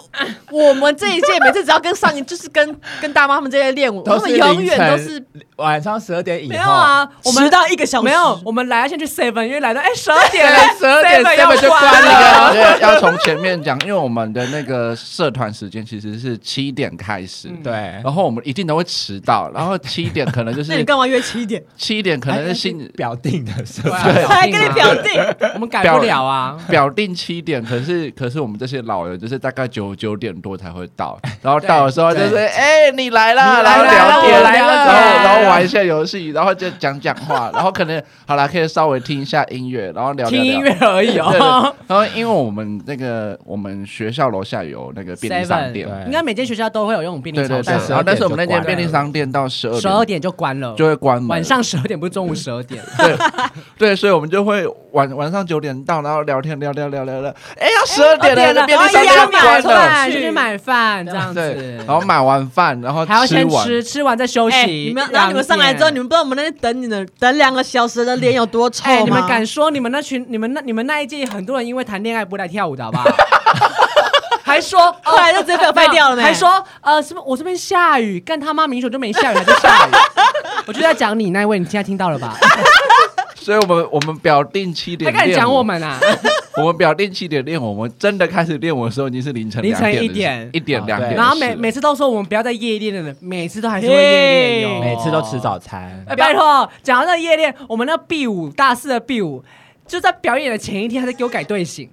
Speaker 5: 我们这一届每次只要跟上一，就是跟跟大妈他们这些练舞，
Speaker 3: 都
Speaker 5: 他
Speaker 3: 是
Speaker 5: 们永
Speaker 3: 凌
Speaker 5: 远
Speaker 3: 晨
Speaker 5: 都是
Speaker 3: 晚上十二点以后，
Speaker 1: 没有啊，我们
Speaker 5: 迟到一个小时，
Speaker 1: 没有，我们来啊先去 seven，因为来到哎十二点
Speaker 3: 对
Speaker 1: 了，
Speaker 3: 十二点
Speaker 1: 7-Eleven
Speaker 3: 根本就
Speaker 1: 要
Speaker 3: 关
Speaker 1: 啊
Speaker 2: 那
Speaker 3: 了。
Speaker 2: 个要从前面讲，因为我们的那个社团时间其实是七点开始，
Speaker 1: 嗯
Speaker 3: 对，
Speaker 2: 然后我们一定都会迟到，然后七点可能 就
Speaker 4: 那你
Speaker 2: 是
Speaker 4: 干嘛约七点？
Speaker 2: 七点可能
Speaker 3: 哎
Speaker 2: 是
Speaker 3: 那
Speaker 2: 新
Speaker 3: 表定的是
Speaker 1: 对
Speaker 3: 吧？
Speaker 1: 啊
Speaker 5: 还跟你表哎定，
Speaker 1: 我们改不了啊。
Speaker 2: 表定七点，可是可是我们这些老人就是大概九九点多才会到，然后到的时候就是
Speaker 3: 对
Speaker 2: 哎、你来啦，
Speaker 1: 你来
Speaker 2: 然后
Speaker 1: 啦
Speaker 2: 聊天，
Speaker 1: 我来啦
Speaker 2: 然后然后玩一下游戏，然后就讲讲话，然后可能好啦，可以稍微听一下音乐，然后聊聊
Speaker 1: 听
Speaker 2: 聊
Speaker 1: 音乐而已
Speaker 2: 对对
Speaker 1: 哦
Speaker 2: 对。然后因为我们那个我我们学校楼下有那个便利商店，
Speaker 3: Seven
Speaker 1: 应该每间学校都会有那种便利
Speaker 2: 哎对
Speaker 1: 超
Speaker 2: 对对，
Speaker 1: 商
Speaker 3: 但，
Speaker 2: 然后但是我们那间
Speaker 3: 12点就关了
Speaker 2: 便利商店到十二
Speaker 1: 十二
Speaker 2: 点
Speaker 1: 点就关了，
Speaker 2: 就会关门，
Speaker 1: 晚上十二点不是中午十二点。
Speaker 2: 对对，所以我们就会晚晚上九点到，然后聊天聊聊聊聊聊，哎，要十二点了，那便利商
Speaker 1: 然
Speaker 2: 店
Speaker 1: 后一定要买
Speaker 2: 关了。
Speaker 1: 饭，就去买饭这样
Speaker 2: 对
Speaker 1: 子，，
Speaker 2: 然后买完饭，然后
Speaker 1: 还要先
Speaker 2: 完，
Speaker 1: 吃，吃完再休息。
Speaker 5: 哎你们然后你们上来之后，你们不知道我们那天等你的
Speaker 4: 等两个小时的脸有多
Speaker 5: 啊
Speaker 4: 臭
Speaker 1: 哎，
Speaker 4: 吗？
Speaker 1: 你们敢说你们那群、你们那、你们那一届很多人因为谈恋爱不来跳舞的好 不好？还说哦
Speaker 4: 后来就直接被我掰掉了呢
Speaker 1: 还说呃，是不我这边下雨，干他妈明显就没下雨，还在 下雨。我就在讲你那一位，你现在听到了吧？
Speaker 2: 所以我们我们表定七
Speaker 1: 还
Speaker 2: 点
Speaker 1: 敢
Speaker 2: 练
Speaker 1: 讲
Speaker 2: 舞
Speaker 1: 我，们啊？
Speaker 2: 我们表定七点练舞，我们真的开始练舞的时候已经是凌晨
Speaker 1: 凌晨
Speaker 2: 两点
Speaker 1: 一
Speaker 2: 的
Speaker 1: 点
Speaker 2: 事一点
Speaker 3: 啊
Speaker 2: 两
Speaker 3: 对
Speaker 2: 点的事了，
Speaker 1: 然后每每次都说我们不要再夜练了，每次都还是会夜练哟，哦
Speaker 3: 每次都吃。早餐
Speaker 1: 哎，，拜托，讲到那个夜练，我们那 B 五大四的 B 五，就在表演的前一天，还在给我改队形，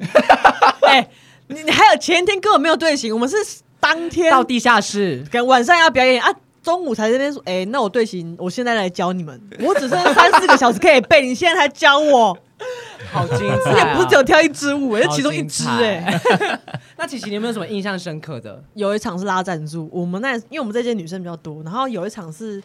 Speaker 4: 哎，你你还有前一天根本没有队形，我们是当 天
Speaker 1: 到地下室。
Speaker 4: 跟晚上要表演啊，中午才这边说，哎、那我队形我现在来教你们，我只剩三四个小时可以背，你现在才教我，
Speaker 1: 好精彩、啊
Speaker 4: 这 也不是只有跳一支舞、哎，
Speaker 1: 好
Speaker 4: 这其中一支
Speaker 1: 精彩
Speaker 4: 哎、
Speaker 1: 那琪琪，你有没有什么印象深刻的？
Speaker 4: 有一场是拉赞助，我们那因为我们这届女生比较多，然后有一场是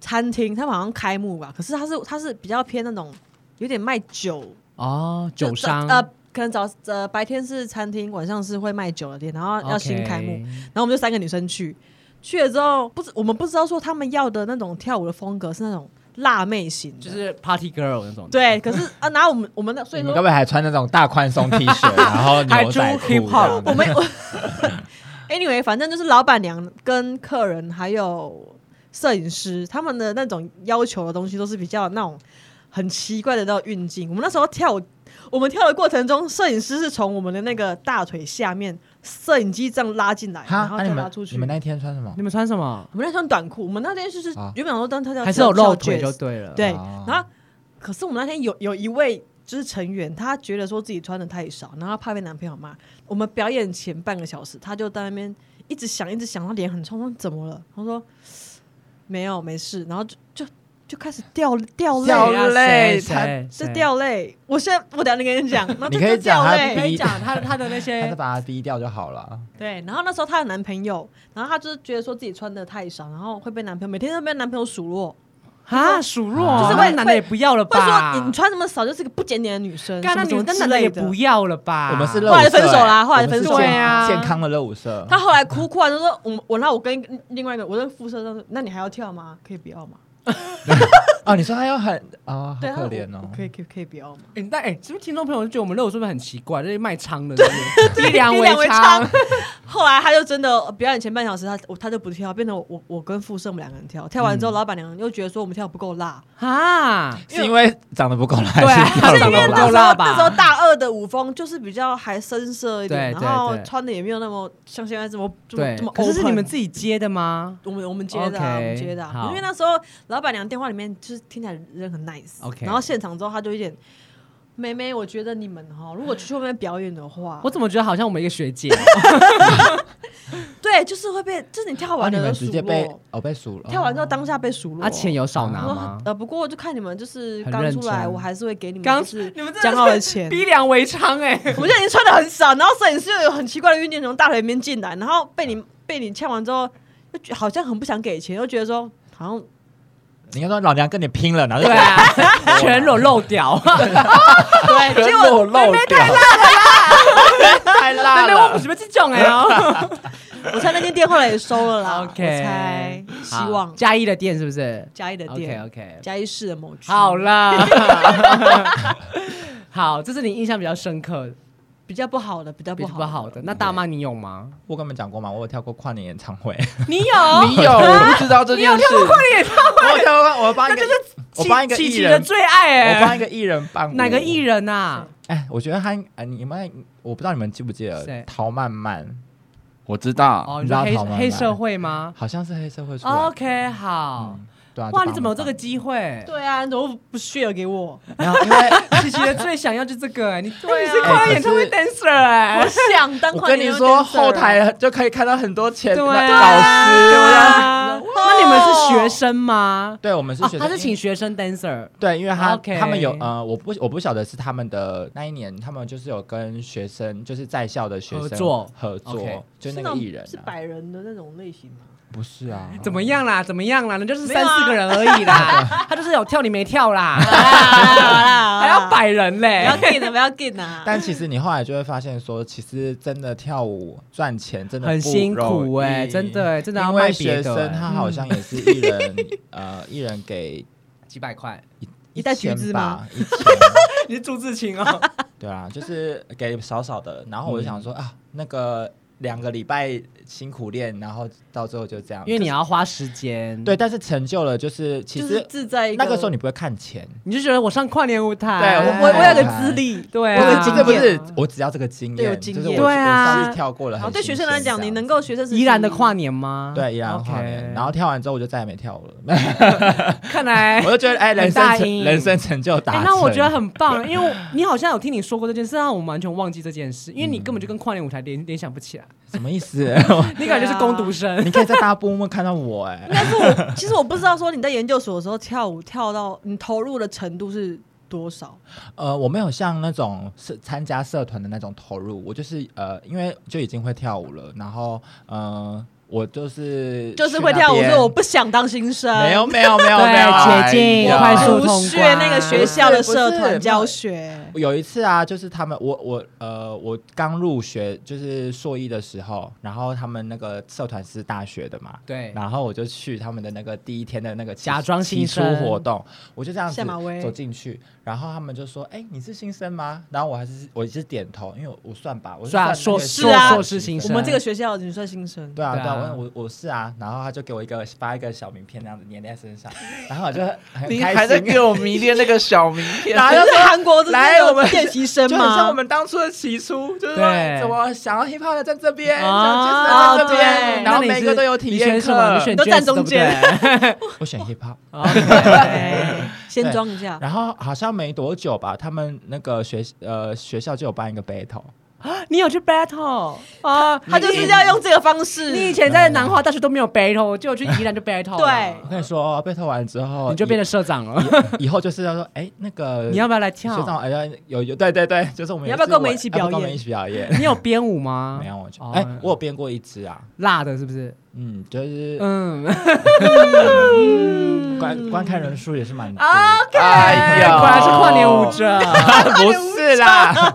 Speaker 4: 餐厅，他们好像开幕吧，可是它是它是比较偏那种有点卖酒，
Speaker 1: 哦，酒
Speaker 4: 就
Speaker 1: 商
Speaker 4: 呃。可能早呃白天是餐厅，晚上是会卖酒的店，然
Speaker 1: 呃
Speaker 4: 后要新开幕然后我们就三个女生去，去了之后不知我们不知道说他们要的那种跳舞的风格是那种辣妹型的，
Speaker 1: 就是 Party Girl 那种。，
Speaker 4: 对，可是啊，拿我们我们的所
Speaker 3: 你
Speaker 4: 以
Speaker 3: 们
Speaker 4: 说
Speaker 3: 根本还穿那种大宽松 T 恤，然后牛仔
Speaker 1: 还租
Speaker 3: 裤
Speaker 1: hip-hop
Speaker 3: 这
Speaker 4: 我
Speaker 3: 样子，
Speaker 4: 们我 anyway，反正就是老板娘跟客人还有摄影师他们的那种要求的东西都是比较那种很奇怪的那种运镜。我们那时候跳舞，我们跳的过程中，摄影师是从我们的那个大腿下面摄影机这样拉进来，然
Speaker 3: 哈，
Speaker 4: 后
Speaker 3: 那你
Speaker 4: 再拉
Speaker 3: 们
Speaker 4: 出去。
Speaker 3: 你们那天穿什么
Speaker 1: 你？们穿什么？
Speaker 4: 我们那穿短裤，我们那天就是
Speaker 3: 啊
Speaker 4: 原本说当他叫
Speaker 1: 还是有
Speaker 4: 跳
Speaker 1: 露腿
Speaker 4: 跳
Speaker 1: 就
Speaker 4: jazz
Speaker 1: 对了。
Speaker 4: 对，
Speaker 3: 啊
Speaker 4: 然后可是我们那天有有一位就是成员，她觉得说自己穿的太少，然后她怕被男朋友骂。我们表演前半个小时，她就在那边一直想，一直想，她脸很臭，我说怎么了？她说没有，没事，然后就就就开始掉掉泪，
Speaker 2: 掉
Speaker 1: 谁啊
Speaker 2: 泪
Speaker 1: 谁
Speaker 2: 他
Speaker 1: 谁啊
Speaker 4: 是掉泪。我现在我等一下跟你讲，然后
Speaker 3: 你
Speaker 4: 就
Speaker 3: 可以
Speaker 4: 就掉
Speaker 3: 讲她
Speaker 4: 泪
Speaker 1: 可以
Speaker 3: 逼
Speaker 1: 讲他他的那些
Speaker 3: 他就把它低调就好了。
Speaker 4: 对，然后那时候她有男朋友，然后她就是觉得说自己穿的太少，然后会被男朋友每天都被男朋友数落，
Speaker 1: 啊，数落
Speaker 3: 就是
Speaker 1: 啊
Speaker 4: 会
Speaker 1: 那男的也不要了
Speaker 4: 会
Speaker 1: 吧？
Speaker 4: 说你穿这么少就是个不检点的女生，
Speaker 1: 啊干那
Speaker 4: 什么
Speaker 1: 女
Speaker 4: 什
Speaker 1: 那
Speaker 4: 么
Speaker 1: 男
Speaker 4: 之
Speaker 1: 的也
Speaker 4: 类的。
Speaker 1: 不要了吧？
Speaker 3: 我们是热
Speaker 1: 乐
Speaker 3: 舞社
Speaker 4: 后来分手啦
Speaker 3: 欸
Speaker 4: 后来
Speaker 3: 我们
Speaker 4: 分
Speaker 3: 是
Speaker 1: 手
Speaker 3: 健
Speaker 1: 对啊
Speaker 3: 健康的热舞社。
Speaker 4: 她后来哭哭完就说：“我我那我跟另外一个我的副社长说，那你还要跳吗？可以不要吗？
Speaker 3: 哦，你说他要很啊，好
Speaker 4: 对，她
Speaker 3: 可
Speaker 4: 说
Speaker 3: 怜
Speaker 4: 我
Speaker 3: 哦
Speaker 4: 我。可以可以可以不要吗？
Speaker 1: 哎，但哎，是不是听众朋友就觉得我们乐舞是不是很奇怪？就是卖娼的，是不是以良
Speaker 4: 以良为
Speaker 1: 娼
Speaker 4: 娼。 后来她就真的呃表演前半小时，她我她就不跳，变成我我我跟副社我们两个人跳。跳
Speaker 1: 嗯
Speaker 4: 完之后，老板娘又觉得说我们跳得不够 辣，
Speaker 1: 啊！
Speaker 3: 是因为长得不够辣，
Speaker 1: 对
Speaker 3: 还是
Speaker 1: 她
Speaker 3: 跳
Speaker 1: 是
Speaker 3: 得
Speaker 1: 因为
Speaker 3: 不够
Speaker 1: 那
Speaker 3: 啊辣
Speaker 1: 时候辣吧
Speaker 4: 那时候大二的舞风就是比较还深色一
Speaker 1: 对
Speaker 4: 点，然
Speaker 1: 对
Speaker 4: 后
Speaker 1: 对
Speaker 4: 穿的也没有那么像现在这么这么
Speaker 1: 对
Speaker 4: 这么，
Speaker 1: 可
Speaker 4: open。
Speaker 1: 是是你们自己接的吗
Speaker 4: 我们我们接的、啊
Speaker 1: OK，
Speaker 4: 我们接的、啊，
Speaker 1: 好
Speaker 4: 因为那时候老板娘电话里面就是听起来人很 nice。
Speaker 1: OK
Speaker 4: 然后现场之后她就有点，妹妹，我觉得你们哈，如果去外面表演的话，
Speaker 1: 我怎么觉得好像我们一个学 姐？
Speaker 4: 对，就是会被，就是你跳
Speaker 3: 哦
Speaker 4: 完
Speaker 3: 你
Speaker 4: 了
Speaker 3: 们
Speaker 4: 数
Speaker 3: 直接被
Speaker 4: 落，
Speaker 3: 哦被数了，
Speaker 4: 跳完之后当下被数落，
Speaker 1: 啊，钱有少拿
Speaker 4: 我说
Speaker 1: 吗？
Speaker 4: 呃，不过就看你们就是
Speaker 1: 很
Speaker 4: 刚
Speaker 1: 认
Speaker 4: 出来，
Speaker 1: 真
Speaker 4: 我还是会给你们
Speaker 1: 刚
Speaker 4: 就是
Speaker 1: 你们真
Speaker 4: 讲好的钱，
Speaker 1: 逼良为娼哎！
Speaker 4: 我们现在已经穿的很少，然后摄影师又有很奇怪的运镜从大腿里面进来，然后被你被你呛完之后，又觉好像很不想给钱，又觉得说好像
Speaker 3: 你看说老娘跟你拼了，然后就
Speaker 1: 对 啊，全裸露屌，
Speaker 3: 对，
Speaker 4: 结
Speaker 3: 结
Speaker 4: 果
Speaker 3: 果 露掉，
Speaker 1: 太辣
Speaker 3: 了
Speaker 1: 我不是这种哎哦。
Speaker 4: 我猜那间店后来也收了啦
Speaker 1: OK
Speaker 4: 我猜希望
Speaker 1: 好嘉义的店是不是
Speaker 4: 嘉义的
Speaker 1: ？OK
Speaker 4: 店
Speaker 1: OK，
Speaker 4: 嘉义市的某区
Speaker 1: 好 啦，好，这是你印象比较深刻、
Speaker 4: 比较不好的，比较
Speaker 1: 比
Speaker 4: 不
Speaker 1: 较
Speaker 4: 好
Speaker 1: 不好的。那大妈你有吗？
Speaker 3: 我跟你们讲过嘛，我有跳过跨年演唱会，
Speaker 1: 你有
Speaker 2: 你有哦我不知道这件事，
Speaker 3: 我跳过，我帮一个，我帮一个
Speaker 1: 琪
Speaker 3: 艺
Speaker 1: 琪的
Speaker 3: 人，
Speaker 1: 最爱
Speaker 3: 我帮
Speaker 1: 哎，
Speaker 3: 一个艺人办舞
Speaker 1: 哪个艺？人啊呐？
Speaker 3: 哎，我觉得他，哎，你们，我不知道你们记不记
Speaker 1: 谁
Speaker 3: 得陶曼曼，
Speaker 2: 我知道，
Speaker 1: 哦，
Speaker 3: 你
Speaker 1: 你
Speaker 3: 知
Speaker 1: 说
Speaker 3: 道
Speaker 1: 黑
Speaker 3: 陶妈妈
Speaker 1: 黑社会吗
Speaker 3: 好像是黑社会出来的。
Speaker 1: ？OK，好
Speaker 3: 嗯，，对啊。
Speaker 1: 哦哇，
Speaker 3: 就
Speaker 1: 你怎么有
Speaker 3: 帮
Speaker 1: 这个
Speaker 3: 我们
Speaker 1: 机会？
Speaker 4: 对啊，你怎么不 share 给我？
Speaker 3: 办？没有，因为
Speaker 1: 琪琪的最想要就这个哎，你
Speaker 4: 对
Speaker 1: 你
Speaker 4: 啊
Speaker 1: 是跨年演唱会 dancer 哎
Speaker 4: 我。想当
Speaker 3: 我
Speaker 4: 跨
Speaker 3: 跟
Speaker 4: 年
Speaker 3: 你
Speaker 4: 夜
Speaker 3: 说，
Speaker 4: dancer
Speaker 3: 后台就可以看到很多前
Speaker 1: 对
Speaker 3: 老
Speaker 1: 啊，
Speaker 3: 师，对不对？
Speaker 1: 啊那你们是学生吗？
Speaker 3: 对，我们是
Speaker 1: 哦
Speaker 3: 学，生，
Speaker 1: 他是请学生 dancer，
Speaker 3: 对，因为他
Speaker 1: OK
Speaker 3: 他们有呃，我不我不晓得是他们的那一年，他们就是有跟学生，就是在校的学
Speaker 1: 合
Speaker 3: 生
Speaker 1: 作
Speaker 3: 合作
Speaker 1: OK
Speaker 3: 就是那个
Speaker 4: 种
Speaker 3: 艺人、啊、
Speaker 4: 是百人的那种类型吗？
Speaker 3: 不是 啊？
Speaker 1: 怎么样啦？怎么样啦？那就是
Speaker 4: 没有
Speaker 1: 三
Speaker 4: 啊
Speaker 1: 四个人而已 啦，他就是有跳你没跳啦，
Speaker 3: 啊
Speaker 4: 还
Speaker 1: 还要百人
Speaker 4: 不
Speaker 1: 嘞
Speaker 4: 要。进啊，不要进啊！
Speaker 3: 但其实你后来就会发现说，其实真的跳舞赚钱真的
Speaker 1: 很
Speaker 3: 不
Speaker 1: 辛苦
Speaker 3: 容易
Speaker 1: 欸真的欸真的要
Speaker 3: 因
Speaker 1: 卖
Speaker 3: 为
Speaker 1: 别
Speaker 3: 学
Speaker 1: 的嗯
Speaker 3: 生
Speaker 1: 欸
Speaker 3: 他好像也是艺人， 呃，艺人给
Speaker 1: 几百块，
Speaker 3: 一
Speaker 4: 一袋橘
Speaker 3: 千
Speaker 4: 子
Speaker 3: 吧
Speaker 4: 吗？
Speaker 3: 一千。
Speaker 1: 你是朱自清哦。
Speaker 3: 对啊，就是给少少的，然后我就想
Speaker 1: 嗯
Speaker 3: 说、啊，那个两个礼拜辛苦练，然后到最后就这样，
Speaker 1: 因为你要花时间。
Speaker 3: 对，，但是成就了，就是 其
Speaker 4: 就是
Speaker 3: 实
Speaker 4: 自在一个
Speaker 3: 那个时候你不会看钱，
Speaker 1: 你就觉得我上跨年舞台，
Speaker 3: 对
Speaker 4: 我我有个
Speaker 3: 哎
Speaker 4: 资历，
Speaker 1: 对
Speaker 4: 我有
Speaker 1: 啊
Speaker 4: 个
Speaker 3: 不
Speaker 4: 经
Speaker 3: 是
Speaker 4: 验
Speaker 3: 不是，我只要这个经
Speaker 4: 对有
Speaker 3: 验，
Speaker 4: 经
Speaker 3: 就是
Speaker 4: 验
Speaker 3: 我
Speaker 1: 对啊
Speaker 3: 我上次跳过了很
Speaker 4: 然后
Speaker 3: 新鲜，
Speaker 4: 哦对学生来讲，你能
Speaker 3: 够
Speaker 4: 够学生时期
Speaker 1: 宜兰的跨年吗？
Speaker 3: 对依然跨年，
Speaker 1: OK
Speaker 3: 然后跳完之后我就再也没跳舞了，
Speaker 1: 看来
Speaker 3: 我就觉得哎，人
Speaker 1: 很大
Speaker 3: 生成
Speaker 1: 阴影
Speaker 3: 人生成就达
Speaker 1: 哎、
Speaker 3: 成，
Speaker 1: 那我觉得很棒，因为我你好像有听你说过这件事，让我完全忘记这件事，因为你根本就跟跨年舞台联联想不起来，
Speaker 3: 什么意思？
Speaker 4: 啊
Speaker 1: 你感觉是工读
Speaker 3: 你
Speaker 1: 生。
Speaker 3: 可以在大波幕看到我哎，
Speaker 4: 但是我其实我不知道说你在研究所的时候跳舞跳到你投入的程度是多少，
Speaker 3: 呃，我没有像那种是参加社团的那种投入，我就是呃，因为就已经会跳舞了，然后呃，我就是
Speaker 4: 就是
Speaker 3: 去
Speaker 4: 会
Speaker 3: 那
Speaker 4: 跳舞，所
Speaker 3: 边
Speaker 4: 以我不想当新生。
Speaker 3: 没有没有没有没有
Speaker 1: 对，
Speaker 2: 哎
Speaker 1: 捷径
Speaker 2: 呀
Speaker 1: 快速
Speaker 4: 不
Speaker 1: 通
Speaker 4: 屑
Speaker 1: 关
Speaker 4: 那个学校的社团教学，
Speaker 3: 有一次啊，就是他们我我呃我刚入学就是硕一的时候，然后他们那个社团是大学的嘛，
Speaker 1: 对
Speaker 3: 然后我就去他们的那个第一天的那个起
Speaker 1: 假装
Speaker 3: 起
Speaker 1: 新
Speaker 3: 初
Speaker 1: 生
Speaker 3: 活动，我就这样
Speaker 4: 下
Speaker 3: 子
Speaker 4: 马威
Speaker 3: 走进去，然后他们就说：“哎、你是新生吗？”然后我还是我一直点头，因为我我算吧，我是
Speaker 1: 算
Speaker 3: 算
Speaker 1: 啊硕
Speaker 3: 那个
Speaker 1: 士
Speaker 4: 硕
Speaker 3: 的
Speaker 1: 硕士新
Speaker 4: 我
Speaker 1: 生
Speaker 4: 们这个学校你算新生，
Speaker 3: 对啊，
Speaker 1: 对
Speaker 3: 对
Speaker 1: 啊
Speaker 3: 啊，我我我是啊，然后他就给我一个发一个小名片那样子粘在身上，然后我就很很
Speaker 2: 你
Speaker 3: 开
Speaker 2: 还在
Speaker 3: 心，
Speaker 2: 给我迷恋那个小名 片，
Speaker 3: 然后
Speaker 4: 就
Speaker 3: 就是
Speaker 4: 韩国的
Speaker 3: 来我们
Speaker 4: 练习生
Speaker 3: 就很像我
Speaker 4: 吗？
Speaker 3: 们当初的起初，就是说哎
Speaker 1: 对
Speaker 3: 怎么想要 hip hop 的在这边，
Speaker 1: 啊
Speaker 4: 哦
Speaker 3: 想要 jazz 的在这
Speaker 4: 对
Speaker 3: 边，然后每个都有体验 课，
Speaker 1: 你选什么？你选 jazz，
Speaker 4: 都站中间
Speaker 1: 对不对哦
Speaker 3: 我选 hip hop，
Speaker 1: OK，
Speaker 4: 对先装一下。
Speaker 3: 然后好像没多久吧，他们那个学呃学校就有办一个 battle，
Speaker 1: 你有去 battle 啊？
Speaker 5: 他就是要用这个方式。
Speaker 1: 你以前在南华大学都没有 battle，就去宜兰 就 battle，了
Speaker 5: 对
Speaker 3: 我跟你说 battle 完之后，
Speaker 1: 你就变
Speaker 3: 以
Speaker 1: 成社长了。
Speaker 3: 以后就是要说，哎，那 个
Speaker 1: 你要不要来
Speaker 3: 学哦
Speaker 1: 跳？
Speaker 3: 长，哎呀，有有，对对对，就是我们
Speaker 4: 你
Speaker 3: 也
Speaker 4: 要不要
Speaker 3: 是
Speaker 4: 跟我们一起
Speaker 3: 要不要
Speaker 4: 表
Speaker 3: 跟我们
Speaker 4: 演
Speaker 3: 一起表演？
Speaker 1: 你有编舞吗？
Speaker 3: 没有，我就
Speaker 1: 哦
Speaker 3: 哎，我有编过一支啊，
Speaker 1: 辣的是不是？
Speaker 3: 嗯，就是
Speaker 1: 嗯，
Speaker 4: 嗯
Speaker 3: 观观看人数也是蛮多的。
Speaker 5: OK，
Speaker 2: 哎啊呦
Speaker 1: 果然是跨年舞者。
Speaker 3: 不是啦，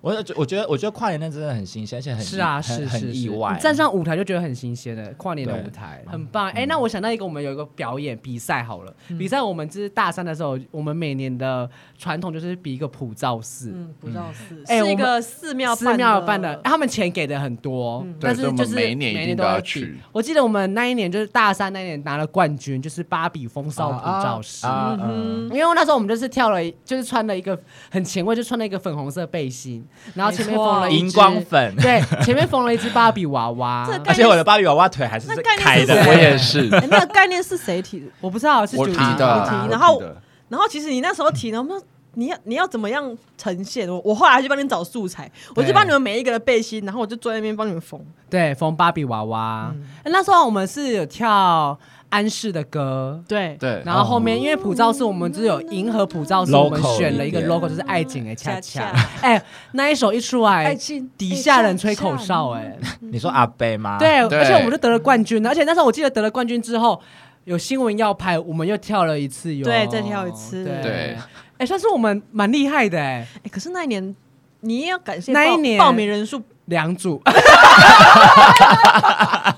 Speaker 3: 我我觉得我觉得跨年那真的很新鲜，而且 很
Speaker 1: 是啊，
Speaker 3: 很
Speaker 1: 是是
Speaker 3: 很
Speaker 1: 是
Speaker 3: 意外
Speaker 1: 你。站上舞台就觉得很新鲜的跨年的
Speaker 3: 对嗯
Speaker 1: 舞台，很棒。哎、那我想到一个，我们有一个表演比赛好了，
Speaker 3: 嗯
Speaker 1: 比赛我们就是大三的时候，我们每年的传统就是比一个普照寺。
Speaker 4: 嗯，不到四，
Speaker 1: 哎
Speaker 4: 是一
Speaker 1: 我
Speaker 4: 个寺庙
Speaker 1: 寺庙
Speaker 4: 办
Speaker 1: 办
Speaker 4: 嗯
Speaker 1: 的，他们钱给的很多，但是
Speaker 2: 对所以我
Speaker 1: 就
Speaker 2: 们
Speaker 1: 是
Speaker 2: 每一年一定
Speaker 1: 都
Speaker 2: 都要
Speaker 1: 比
Speaker 2: 去。
Speaker 1: 我记得我们那一年就是大三那一年拿了冠军，就是芭比风骚
Speaker 3: 啊
Speaker 1: 普照寺。
Speaker 3: 啊啊
Speaker 4: 嗯
Speaker 1: 因为那时候我们就是跳了，就是穿了一个很前卫，就穿了一个粉红色背心，然后前面
Speaker 4: 没错
Speaker 1: 缝了一只
Speaker 3: 荧光，粉，
Speaker 1: 嗯对，前面缝了一只芭比娃娃。
Speaker 4: 这
Speaker 3: 而且我的芭比娃娃腿还是
Speaker 4: 那概念
Speaker 3: 开的
Speaker 4: 是，
Speaker 2: 我也是，
Speaker 4: 哎那个概念是谁提的？
Speaker 1: 我不知道是
Speaker 2: 我
Speaker 1: 主
Speaker 2: 提
Speaker 1: 题
Speaker 2: 的，
Speaker 4: 主题
Speaker 2: 我
Speaker 4: 然后
Speaker 2: 提的
Speaker 4: 然后其实你那时候提，然后我们说你要你要怎么样呈现？我我后来还去帮你找素材，我就帮你们每一个的背心，然后我就坐在那边帮你们缝。
Speaker 1: 对，缝芭比娃娃、
Speaker 4: 嗯
Speaker 1: 哎那时候我们是有跳安室的歌。
Speaker 4: 对，
Speaker 2: 对，
Speaker 1: 然后后
Speaker 4: 哦
Speaker 1: 面，因为普照是我们就是有迎合普照是我们
Speaker 3: Local
Speaker 1: 选了一个
Speaker 3: 一点
Speaker 1: logo，就是爱情哎恰恰
Speaker 4: 恰恰，
Speaker 1: 哎、那一首一出来，
Speaker 4: 情哎
Speaker 1: 底下人吹口哨哎、
Speaker 3: 你说阿贝吗？，
Speaker 1: 对，
Speaker 2: 对
Speaker 1: 而且我们就得了冠军，而且那时候我记得得了冠军之后，有新闻要拍，我们又跳了一次哟，
Speaker 4: 对再跳一次
Speaker 1: 对，
Speaker 2: 对
Speaker 1: 哎、算是我们蛮厉害的哎、
Speaker 4: 哎，可是那一年你也要感谢
Speaker 1: 那一
Speaker 4: 报
Speaker 1: 年
Speaker 4: 报名 人数，
Speaker 1: 两组，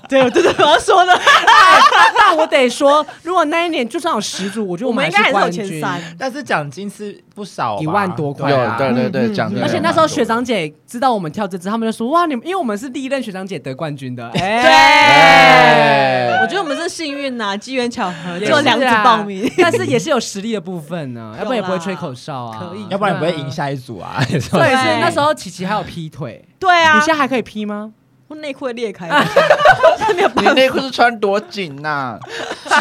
Speaker 4: 对，这是我要 说的。
Speaker 1: 哎那我得说，如果那一年就算有十组，我觉得
Speaker 4: 我们
Speaker 1: 们
Speaker 4: 应
Speaker 1: 是
Speaker 4: 该还
Speaker 1: 冠
Speaker 4: 是有前
Speaker 1: 军。
Speaker 4: 三，
Speaker 3: 但是奖金是不少吧，
Speaker 1: 一万多块
Speaker 2: 有
Speaker 1: 啊
Speaker 2: 对对对，讲
Speaker 3: 嗯
Speaker 1: 而且那时候学长姐知道我们跳这支，他们就说：“哇，你们因为我们是历任学长姐得冠军 的，哎，
Speaker 4: 我觉得我们是幸运呐，机缘巧合，
Speaker 1: 也
Speaker 4: 做两
Speaker 1: 是
Speaker 4: 组
Speaker 1: 啊
Speaker 4: 报名。
Speaker 1: 但是也是有实力的部分呢， 要不然也不会
Speaker 4: 有啦
Speaker 1: 吹口哨啊，
Speaker 4: 可以
Speaker 3: 要不然你不会赢下一组啊。 也是
Speaker 1: 对，
Speaker 4: 对
Speaker 1: 是那时候琪琪还有劈腿，
Speaker 4: 对
Speaker 1: 你
Speaker 4: 啊
Speaker 1: 现，在还可以劈吗？
Speaker 4: 我内裤会裂开，没有
Speaker 2: 你
Speaker 4: 办法。
Speaker 2: 内裤是穿多紧呐？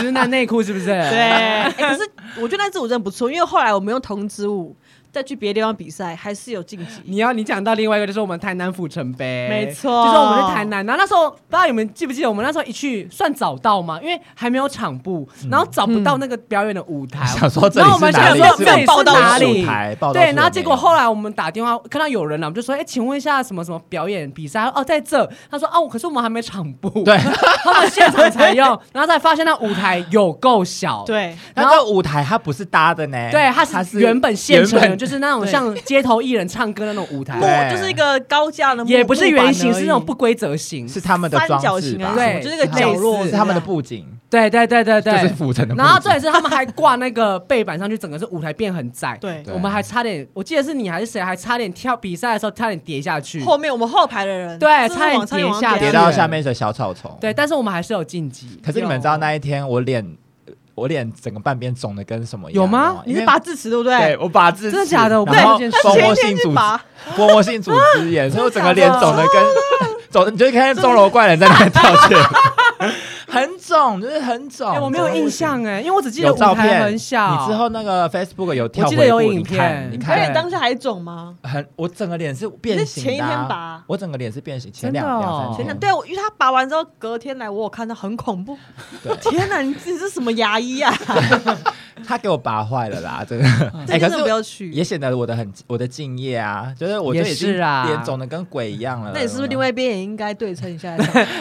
Speaker 1: 直男内裤是不是？
Speaker 4: 对，哎可是我觉得那支舞真的不错，因为后来我们用同支舞再去别的地方比赛，还是有晋级。
Speaker 1: 你要你讲到另外一个，就是我们台南府城杯，
Speaker 4: 没错
Speaker 1: 就是我们是台南。然后那时候不知道你们记不记得，我们那时候一去算早到嘛，因为还没有场部，然后找不
Speaker 4: 嗯
Speaker 1: 到那个表演的舞台。
Speaker 3: 嗯想说 这
Speaker 1: 然
Speaker 3: 里
Speaker 1: 后我
Speaker 3: 是
Speaker 1: 们
Speaker 3: 哪
Speaker 1: 想
Speaker 3: 里？
Speaker 1: 说
Speaker 3: 是
Speaker 1: 这里
Speaker 4: 报
Speaker 1: 是
Speaker 4: 道
Speaker 1: 哪
Speaker 3: 处
Speaker 1: 里
Speaker 3: 台报道处
Speaker 1: 对，
Speaker 3: 也
Speaker 1: 然后结
Speaker 3: 没
Speaker 1: 果
Speaker 3: 有
Speaker 1: 后来我们打电话看到有人了，我们就说：“哎，请问一下什么什么表演比赛？”他说哦，在这。他说：“哦，可是我们还没场部，
Speaker 3: 对，
Speaker 1: 他们现场才用。”然后才发现那舞台有够小，
Speaker 4: 对，
Speaker 3: 那个舞台它不是搭的呢，
Speaker 1: 对，
Speaker 3: 它
Speaker 1: 它是原本现成
Speaker 3: 原
Speaker 1: 的，
Speaker 3: 本
Speaker 1: 就是那种像街头艺人唱歌那种舞
Speaker 4: 木
Speaker 1: 台，
Speaker 3: 对
Speaker 4: 就是一个高架的木，
Speaker 1: 哎也不是圆
Speaker 4: 木
Speaker 1: 形，
Speaker 4: 板而
Speaker 1: 是
Speaker 4: 已
Speaker 1: 那种不规则形。
Speaker 3: 是他们的
Speaker 4: 三
Speaker 3: 装
Speaker 4: 角
Speaker 3: 置
Speaker 4: 形
Speaker 3: 吧
Speaker 4: 啊，
Speaker 1: 对
Speaker 4: 什么，就是那个角落
Speaker 1: 类
Speaker 4: 这
Speaker 1: 似
Speaker 3: 是
Speaker 4: 样，
Speaker 3: 他们的布景，
Speaker 1: 对对对对
Speaker 3: 就是
Speaker 1: 对。
Speaker 3: 浮城的布景。
Speaker 1: 然后重点是他们还挂那个背板上去，整个是舞台变很窄。
Speaker 4: 对
Speaker 1: 我们还差点，我记得是你还是谁，还差点跳比赛的时候差点跌下去。
Speaker 4: 后面我们后排的人，
Speaker 1: 对
Speaker 4: 就是
Speaker 1: 差点
Speaker 4: 往差点往
Speaker 1: 跌下
Speaker 4: 上
Speaker 3: 跌到下面的小草丛。
Speaker 1: 对，但是我们还是有晋级。
Speaker 3: 可是你们知道那一天我脸，我脸整个半边肿的跟什么一样
Speaker 1: 有吗
Speaker 3: 哦
Speaker 4: 你
Speaker 3: 因
Speaker 4: 是
Speaker 3: 为
Speaker 4: 拔智齿对不
Speaker 3: 对
Speaker 4: 对？
Speaker 3: 我拔智齿，
Speaker 1: 真的假的我不知道
Speaker 3: 然后
Speaker 1: 这件事
Speaker 3: 蜂窝
Speaker 4: 前一
Speaker 3: 性
Speaker 4: 天去
Speaker 3: 组
Speaker 4: 拔
Speaker 3: 织，蜂窝性组织炎，所以我整个脸肿的跟 肿，你就看见钟楼怪人在那边跳起来，很肿，就是很肿。
Speaker 1: 哎，我没有印象哎，因为我只记得
Speaker 3: 有
Speaker 1: 舞
Speaker 3: 照片
Speaker 1: 台很小。
Speaker 3: 你之后那个 Facebook 有跳
Speaker 1: 我记得有
Speaker 3: 回顾
Speaker 1: 影
Speaker 3: 你看
Speaker 1: 片
Speaker 3: 你
Speaker 4: 而
Speaker 3: 看
Speaker 4: 且当下还肿吗？
Speaker 3: 很，我整个脸是变形的啊。
Speaker 4: 你是前一天拔
Speaker 3: 我整个脸是变形，前
Speaker 1: 真的
Speaker 3: 两
Speaker 1: 哦
Speaker 3: 两三
Speaker 4: 前两
Speaker 3: 天。
Speaker 4: 对，啊我因为他拔完之后，隔天来我有看到很恐怖。
Speaker 3: 对
Speaker 4: 天哪，你这是什么牙医啊？
Speaker 3: 他给我拔坏了啦，真的。
Speaker 4: 这
Speaker 3: 嗯哎可
Speaker 4: 真的
Speaker 3: 是
Speaker 4: 不要去。
Speaker 3: 也显得我的很我的敬业啊，就是我就
Speaker 1: 也
Speaker 3: 已经
Speaker 1: 是啊
Speaker 3: 脸肿的跟鬼 一样了。
Speaker 4: 那你是不是另外一边也应该对称一 下？
Speaker 3: 啊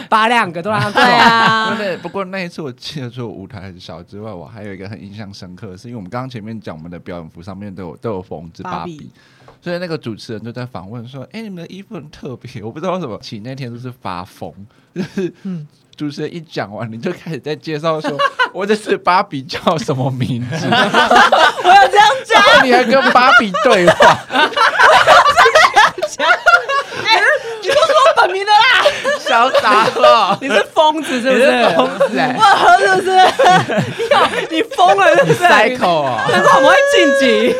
Speaker 1: 把两个都让他
Speaker 4: 对
Speaker 1: 走。
Speaker 4: 啊，
Speaker 2: 对，不过那一次我记得除了舞台很小之外，我还有一个很印象深刻，是因为我们刚刚前面讲我们的表演服上面都有都有缝制
Speaker 4: 芭
Speaker 2: 芭
Speaker 4: 比
Speaker 2: 比，所以那个主持人就在访问说：“哎、你们的衣服很特别，我不知道为什么。”起那天就是发疯，就是
Speaker 4: 嗯
Speaker 2: 主持人一讲完，你就开始在介绍说：“我这次芭比叫什么名字？”
Speaker 4: 我要这样讲
Speaker 2: 然。后你还跟芭比对 话，
Speaker 4: 你都说我本名的啦，
Speaker 2: 潇洒了，
Speaker 1: 你是疯子是不
Speaker 2: 你是
Speaker 1: 是？
Speaker 2: 疯子哎、
Speaker 4: 我喝是不是？
Speaker 1: 你疯了是不是？
Speaker 3: 哦 cycle 啊？
Speaker 1: 难怪我们会晋级。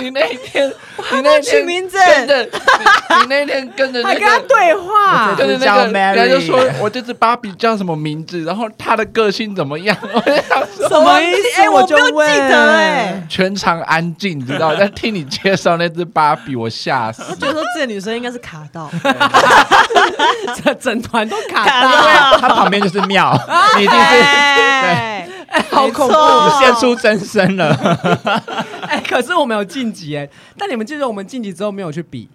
Speaker 2: 你那一天你那
Speaker 4: 取
Speaker 2: 天
Speaker 4: 名字，
Speaker 2: 跟着，你那天跟着那
Speaker 1: 还跟他
Speaker 2: 个。
Speaker 1: 对话
Speaker 3: 我觉，
Speaker 2: 跟
Speaker 3: 得
Speaker 2: 着那个，
Speaker 3: 就叫 Mary
Speaker 2: 人家就说我这只芭比叫什么名字，然后她的个性怎么样？我就想说
Speaker 1: 什么意思？
Speaker 4: 哎我
Speaker 1: 就
Speaker 4: 没有记得
Speaker 1: 问
Speaker 4: 哎
Speaker 2: 全场安静，你知道？在听你介绍那只芭比，我吓死。
Speaker 4: 就说这个女生应该是卡到，
Speaker 1: 这整团都 卡
Speaker 4: 卡
Speaker 1: 到，
Speaker 4: 到，
Speaker 3: 他旁边就是 庙，你已经是
Speaker 4: 哎，
Speaker 1: 好恐怖！哦
Speaker 4: 没
Speaker 3: 现出真身了。
Speaker 1: 哎，可是我们有晋级哎，但你们记得我们晋级之后没有去比，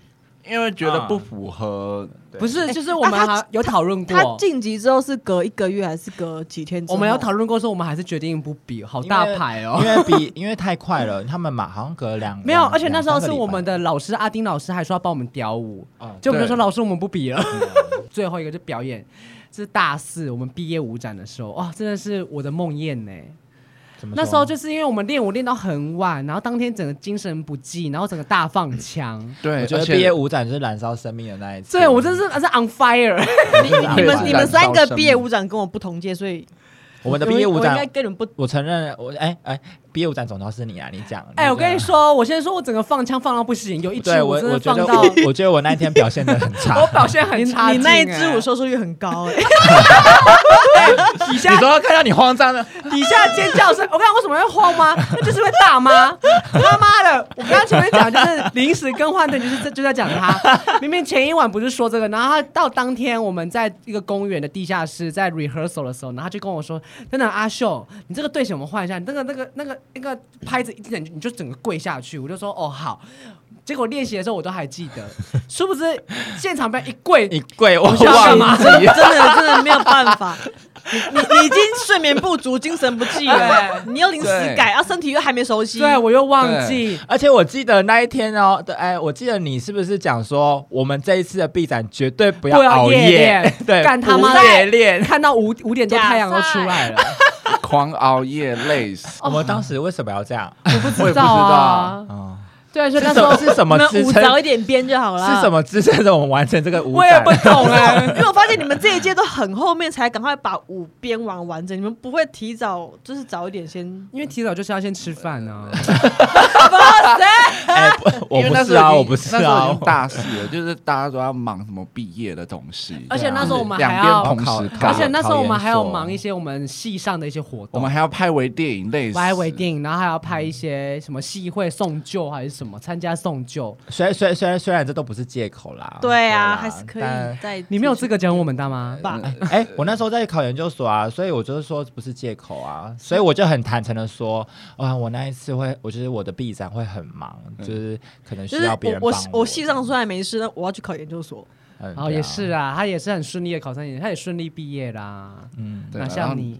Speaker 2: 因为觉得不符合，
Speaker 1: 不是？就是我们
Speaker 4: 啊他
Speaker 1: 还有讨论
Speaker 4: 他
Speaker 1: 过，
Speaker 4: 晋级之后是隔一个月还是隔几天之
Speaker 1: 我
Speaker 4: 后？
Speaker 1: 们有讨论过说我们还是决定不比，好大牌哦
Speaker 3: 因。为比因为太快了，他们嘛好像隔两
Speaker 1: 没有，而且那时候是我们
Speaker 3: 的
Speaker 1: 的老师阿丁老师还说要帮我们雕舞，
Speaker 3: 哦嗯
Speaker 1: 就我们就说
Speaker 2: 对
Speaker 1: 老师我们不比了。 最后一个就表演，这是大四我们毕业舞展的时候，哇，真的是我的梦魇呢。那时候就是因为我们练舞练到很晚，然后当天整个精神不济，然后整个大放枪。
Speaker 2: 对，
Speaker 3: 我觉
Speaker 2: 而
Speaker 3: 得
Speaker 2: 且
Speaker 3: 毕业舞展就是燃烧生命的那一次。
Speaker 1: 对我真是是 on fire，
Speaker 3: 你
Speaker 4: 你们你们三个毕业舞展跟我不同届，所以
Speaker 3: 我们的毕业舞
Speaker 4: 我应该
Speaker 3: 展，
Speaker 4: 跟你们不
Speaker 3: 我承认我哎哎，毕业舞展总要是你啊，你讲。
Speaker 1: 哎、我跟你说，我先说我整个放枪放到不行，有一支
Speaker 3: 对
Speaker 1: 舞
Speaker 3: 我
Speaker 1: 真的
Speaker 3: 我觉
Speaker 1: 放
Speaker 3: 得
Speaker 1: 到
Speaker 3: 我我觉得我那一天表现的很差
Speaker 1: 我。表现很
Speaker 4: 你
Speaker 1: 差
Speaker 4: 你
Speaker 1: 劲
Speaker 4: 那
Speaker 1: 哎、
Speaker 4: 一
Speaker 3: 啊
Speaker 4: 支舞收视率很高哎，
Speaker 1: 底
Speaker 3: 你
Speaker 1: 下
Speaker 3: 说看到你慌张的，
Speaker 1: 底下尖叫声，我刚刚为什么会慌吗？那就是因为大妈，他妈的！我刚刚前面讲就是临时更换队，就是这就在讲他。明明前一晚不是说这个，然后他到当天我们在一个公园的地下室在 rehearsal 的时候，然后他就跟我说：“等等，阿秀，你这个队形我们换一下，你那个那个那个那个拍子一点你就整个跪下去。”我就说：“哦，好。”结果练习的时候我都还记得，殊不知现场被一跪，
Speaker 3: 你跪 我
Speaker 1: 不知道干嘛
Speaker 3: 忘记了。
Speaker 4: 真的真的没有办法。你你你已经睡眠不足、精神不济了，欸你又临时
Speaker 2: 对
Speaker 4: 改，啊，身体又还没熟悉。
Speaker 1: 对啊我又忘记。
Speaker 3: 而且我记得那一天哦，对，哎，我记得你是不是讲说，我们这一次的 B 展绝对不
Speaker 1: 不
Speaker 3: 要
Speaker 1: 要
Speaker 3: 熬
Speaker 1: 夜
Speaker 3: 夜
Speaker 1: 练，
Speaker 3: 对，
Speaker 1: 干他妈
Speaker 3: 不夜练。
Speaker 1: 看到五五点多太阳都出来了，
Speaker 2: 狂熬夜累死。
Speaker 3: 我们当时为什么要这样？
Speaker 1: 我不
Speaker 2: 我
Speaker 1: 知
Speaker 2: 也不知
Speaker 1: 道啊
Speaker 2: 道。
Speaker 3: 哦
Speaker 1: 对，所以
Speaker 3: 是
Speaker 1: 那时
Speaker 3: 什
Speaker 1: 候
Speaker 3: 么是什么
Speaker 4: 那
Speaker 3: 支
Speaker 4: 舞
Speaker 3: 撑？
Speaker 4: 早一点编就好了。
Speaker 3: 是什？么支撑着我们完成这个舞
Speaker 1: 我也
Speaker 3: 展？
Speaker 1: 不懂 哎。
Speaker 4: 欸因为我发现你们这一届都很后面才赶快把舞编完完整，你们不会提早就是早一点先。
Speaker 1: 因为提早就是要先吃饭啊呢、
Speaker 3: 哎，不我
Speaker 2: 因为
Speaker 3: 不
Speaker 2: 那
Speaker 3: 是
Speaker 2: 时候
Speaker 3: 啊，
Speaker 2: 已经
Speaker 3: 我不是
Speaker 2: 那时候已
Speaker 3: 啊
Speaker 2: 经，大四了， 就是大家都要忙什么毕业的东西，
Speaker 1: 而且那时候我们还
Speaker 2: 两
Speaker 1: 要
Speaker 2: 边，同时
Speaker 3: 搞
Speaker 1: 而
Speaker 2: 干
Speaker 1: 且，那时候我们还有
Speaker 3: 考研所
Speaker 1: 忙一些我们系上的一些活
Speaker 2: 啊我
Speaker 1: 动，
Speaker 2: 们还要拍微电影，累死。
Speaker 1: 拍微电影，然后还要拍一些什么戏会送旧还是什么参加送旧。
Speaker 3: 虽然虽然虽然虽然这都不是借口啦，
Speaker 4: 对啊，
Speaker 3: 啦
Speaker 4: 还是可以
Speaker 3: 但
Speaker 4: 再。
Speaker 1: 你没有资格讲我们大妈，
Speaker 4: 吧？
Speaker 3: 哎、我那时候在考研究所啊，所以我就是说不是借口啊，所以我就很坦诚的说，啊，我那一次会，我觉得我的 B 展会很忙，就是可能
Speaker 4: 就
Speaker 3: 需
Speaker 4: 是
Speaker 3: 要别
Speaker 4: 我
Speaker 3: 人帮
Speaker 4: 我
Speaker 3: 我
Speaker 4: 我系上虽然没事，但我要去考研究所。
Speaker 3: 嗯
Speaker 1: 然后
Speaker 3: 对啊
Speaker 1: 也是啊，她也是很顺利的考上研，她也顺利毕业啦。
Speaker 3: 嗯，
Speaker 2: 对啊
Speaker 1: 哪
Speaker 2: 然后
Speaker 1: 像你，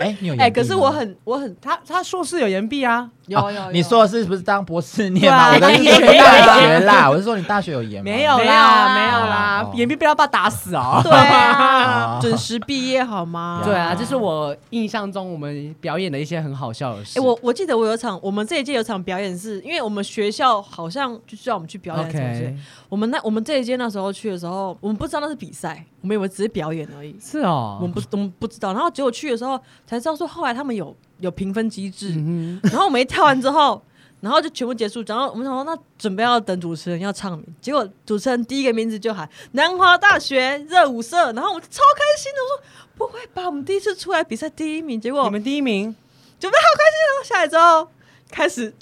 Speaker 3: 哎、你有
Speaker 4: 哎、
Speaker 3: 研
Speaker 4: 可
Speaker 3: 毕
Speaker 4: 是
Speaker 3: 吗
Speaker 4: 我很我很
Speaker 1: 她她硕士有延毕啊，
Speaker 4: 有
Speaker 3: 哦
Speaker 4: 有有，
Speaker 3: 你说的是不是当博士
Speaker 1: 对
Speaker 3: 念
Speaker 1: 啊
Speaker 3: 嘛？我的是
Speaker 1: 没
Speaker 3: 说
Speaker 1: 有
Speaker 3: 大学啦，我是说你大学有研吗
Speaker 1: 没有啦，
Speaker 4: 没
Speaker 1: 没
Speaker 4: 有
Speaker 1: 有
Speaker 4: 啊
Speaker 1: 啦
Speaker 3: 哦，
Speaker 1: 延毕被他爸打死 哦。
Speaker 4: 对啊，
Speaker 3: 啊
Speaker 4: 准时毕业好 吗？
Speaker 1: 对
Speaker 4: 哎、
Speaker 1: 啊，这是我印象中我们表演的一些很好笑的事。
Speaker 4: 哎我我记得我有一场，我们这一届有场表演是，因为我们学校好像就叫我们去表演什么之类
Speaker 1: OK
Speaker 4: 我们那我们这一届那时候去的时候，我们不知道那是比赛，我们以为只是表演而已，
Speaker 1: 是哦，
Speaker 4: 我们不我们不知道。然后结果去的时候才知道说，后来他们有有评分机制，
Speaker 1: 嗯
Speaker 4: 然后我们一跳完之后，然后就全部结束。然后我们想说，那准备要等主持人要唱名，结果主持人第一个名字就喊南华大学热舞社，然后我们超开心的，我说不会吧，我们第一次出来比赛第一名，结果
Speaker 1: 哼，你们第一名，
Speaker 4: 准备好开心了。然后下来之后开始，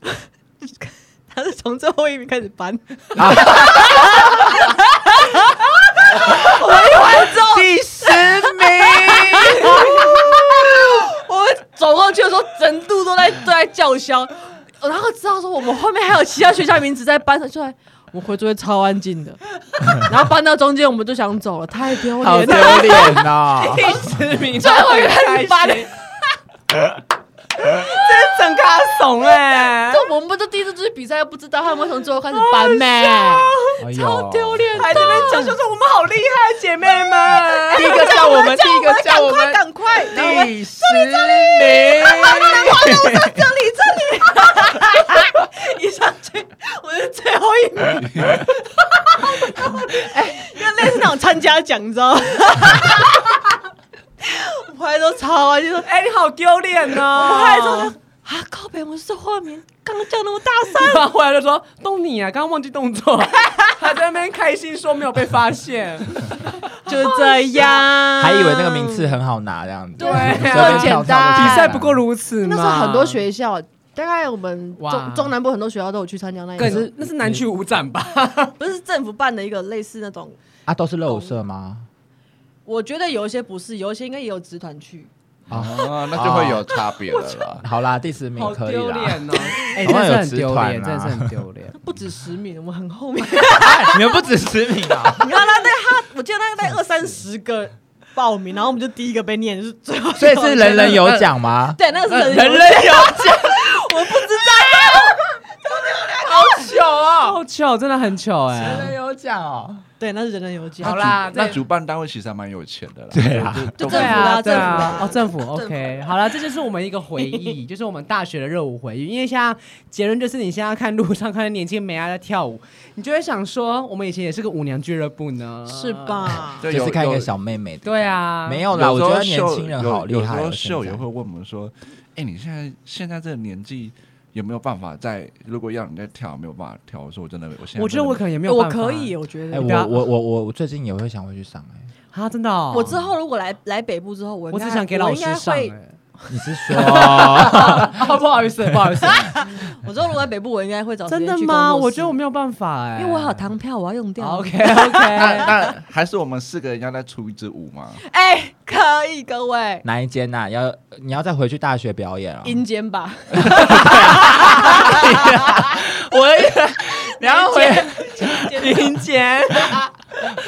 Speaker 4: 他是从最后一名开始搬，
Speaker 3: 啊
Speaker 1: 第十名，
Speaker 4: 我们走过去的时候，整路都在都在叫嚣，然后知道说我们后面还有其他学校名字在搬出来。我回座位超安静的，然后搬到中间我们就想走了，太丢
Speaker 3: 好
Speaker 4: 脸
Speaker 3: 丢
Speaker 4: 了。
Speaker 3: 脸呐！
Speaker 1: 第十名，
Speaker 4: 最后一个开始搬，
Speaker 1: 整个阿怂
Speaker 4: 欸
Speaker 1: 哎，
Speaker 5: 就我们不就第一次出去比赛，又不知道他们从最后开始欸搬咩，
Speaker 3: 哎呦
Speaker 5: 超丢脸的。
Speaker 1: 还在那边讲，就说我们好厉害，姐妹们，
Speaker 3: 第一个叫我们，第一个叫我们，
Speaker 4: 赶快， 赶快！
Speaker 3: 第十名，
Speaker 4: 一上去我是最后一名，哎，因为类似那种参加奖，你知道吗？ 我回来都超安静，说
Speaker 1: 哎，你好丢脸
Speaker 4: 我回来
Speaker 1: 哦
Speaker 4: 之后。啊，靠北，我是这画面刚刚叫那么大声，
Speaker 1: 然后回来就说动你啊，刚刚忘记动作， 还在那边开心说没有被发 现，
Speaker 4: 就这样，
Speaker 3: 还以为那个名次很好拿这样子，
Speaker 5: 对
Speaker 1: 啊
Speaker 3: 随便跳跳就
Speaker 5: 这么简单
Speaker 1: 比
Speaker 3: 进
Speaker 1: 赛不过如此嘛。
Speaker 5: 那时候很多学校，大概我们
Speaker 1: 哇
Speaker 5: 中中南部很多学校都有去参加那一
Speaker 1: 更
Speaker 5: 次。
Speaker 1: 是那是南区舞展 吧？
Speaker 4: 不是政府办的一个类似那种，
Speaker 3: 啊，都是露色吗？
Speaker 4: 我觉得有一些不是，有一些应该也有职团去，
Speaker 2: 哦，那就会有差别了 啦。
Speaker 3: 好啦，第十名
Speaker 1: 好
Speaker 3: 可以
Speaker 1: 丢
Speaker 3: 啦。
Speaker 1: 脸哦！哎，
Speaker 3: 好
Speaker 1: 真
Speaker 3: 像
Speaker 1: 是很
Speaker 3: 有纸
Speaker 1: 丢
Speaker 3: 团
Speaker 1: 脸，
Speaker 3: 啊
Speaker 1: 真是很丢 脸。
Speaker 4: 不止十名，我们很 后面。
Speaker 3: 哎你们不止十名 啊！
Speaker 4: 你知道他在他，我记得大概二三十个报名，然后我们就第一个被念，就是最后，
Speaker 3: 所以是人人有奖吗？
Speaker 4: 对，那个是人
Speaker 3: 人
Speaker 4: 有
Speaker 3: 人
Speaker 1: 哦
Speaker 3: 有奖，
Speaker 4: 我不知道，
Speaker 1: 糗哦，好糗，真的很糗
Speaker 3: 人
Speaker 1: 哎
Speaker 3: 人。有奖哦。
Speaker 4: 对，那是人人有奖。
Speaker 1: 好啦，
Speaker 2: 那
Speaker 1: 这
Speaker 2: 主办单位其实还蛮有钱的啦。
Speaker 3: 对啊
Speaker 2: 就
Speaker 4: 就政
Speaker 2: 都
Speaker 1: 对
Speaker 4: 府
Speaker 1: 啊，
Speaker 4: 啦
Speaker 1: 对啊，
Speaker 4: 政府啦
Speaker 1: 哦，政府 OK，好了，这就是我们一个回 忆，就是我们大学的热舞回忆。因为现在结论就是，你现在看路上看到年轻美啊在跳舞，你就会想说，我们以前也是个舞娘俱乐部呢，
Speaker 4: 是？吧？
Speaker 2: 就
Speaker 3: 就
Speaker 2: 有
Speaker 3: 是看一
Speaker 2: 有
Speaker 3: 个小妹妹的，
Speaker 1: 对啊，
Speaker 3: 没有啦，我
Speaker 2: 时
Speaker 3: 觉
Speaker 2: 候
Speaker 3: 得年
Speaker 2: 秀
Speaker 3: 轻人
Speaker 2: 有
Speaker 3: 好厉害
Speaker 2: 有时
Speaker 3: 哦。
Speaker 2: 候秀
Speaker 3: 现
Speaker 2: 也
Speaker 3: 在
Speaker 2: 会问我们说：“哎，你现在现在这个年纪有没有办法在？如果要你再跳，没有办法跳。”我说：“我真的，我现在
Speaker 1: 我觉得我可能也没有
Speaker 4: 我
Speaker 1: 办法，啊
Speaker 4: 可以，我觉得。
Speaker 3: 哎，我我我我我最近也会想回去上哎。
Speaker 1: 啊，真的哦，
Speaker 4: 我之后如果来来北部之后，我应
Speaker 1: 我
Speaker 4: 该
Speaker 1: 只想给老师上
Speaker 4: 我
Speaker 1: 哎
Speaker 4: 应该会，
Speaker 3: 你是说
Speaker 1: 啊，不好意思，不好意 思，
Speaker 4: 我之后如果来北部，我应该会找时间
Speaker 1: 真
Speaker 4: 去
Speaker 1: 的
Speaker 4: 工作
Speaker 1: 吗？
Speaker 4: 室
Speaker 1: 我觉得我没有办法哎，哦
Speaker 4: 因为我有堂票，我要用掉。
Speaker 1: OK OK，
Speaker 2: 那那还是我们四个人要再出一支舞吗？
Speaker 4: 哎，可以，各位
Speaker 3: 哪一间呐？要你要再回去大学表
Speaker 1: 哦
Speaker 3: 演啊？
Speaker 4: 阴间吧，
Speaker 3: 我你要回
Speaker 1: 林姐，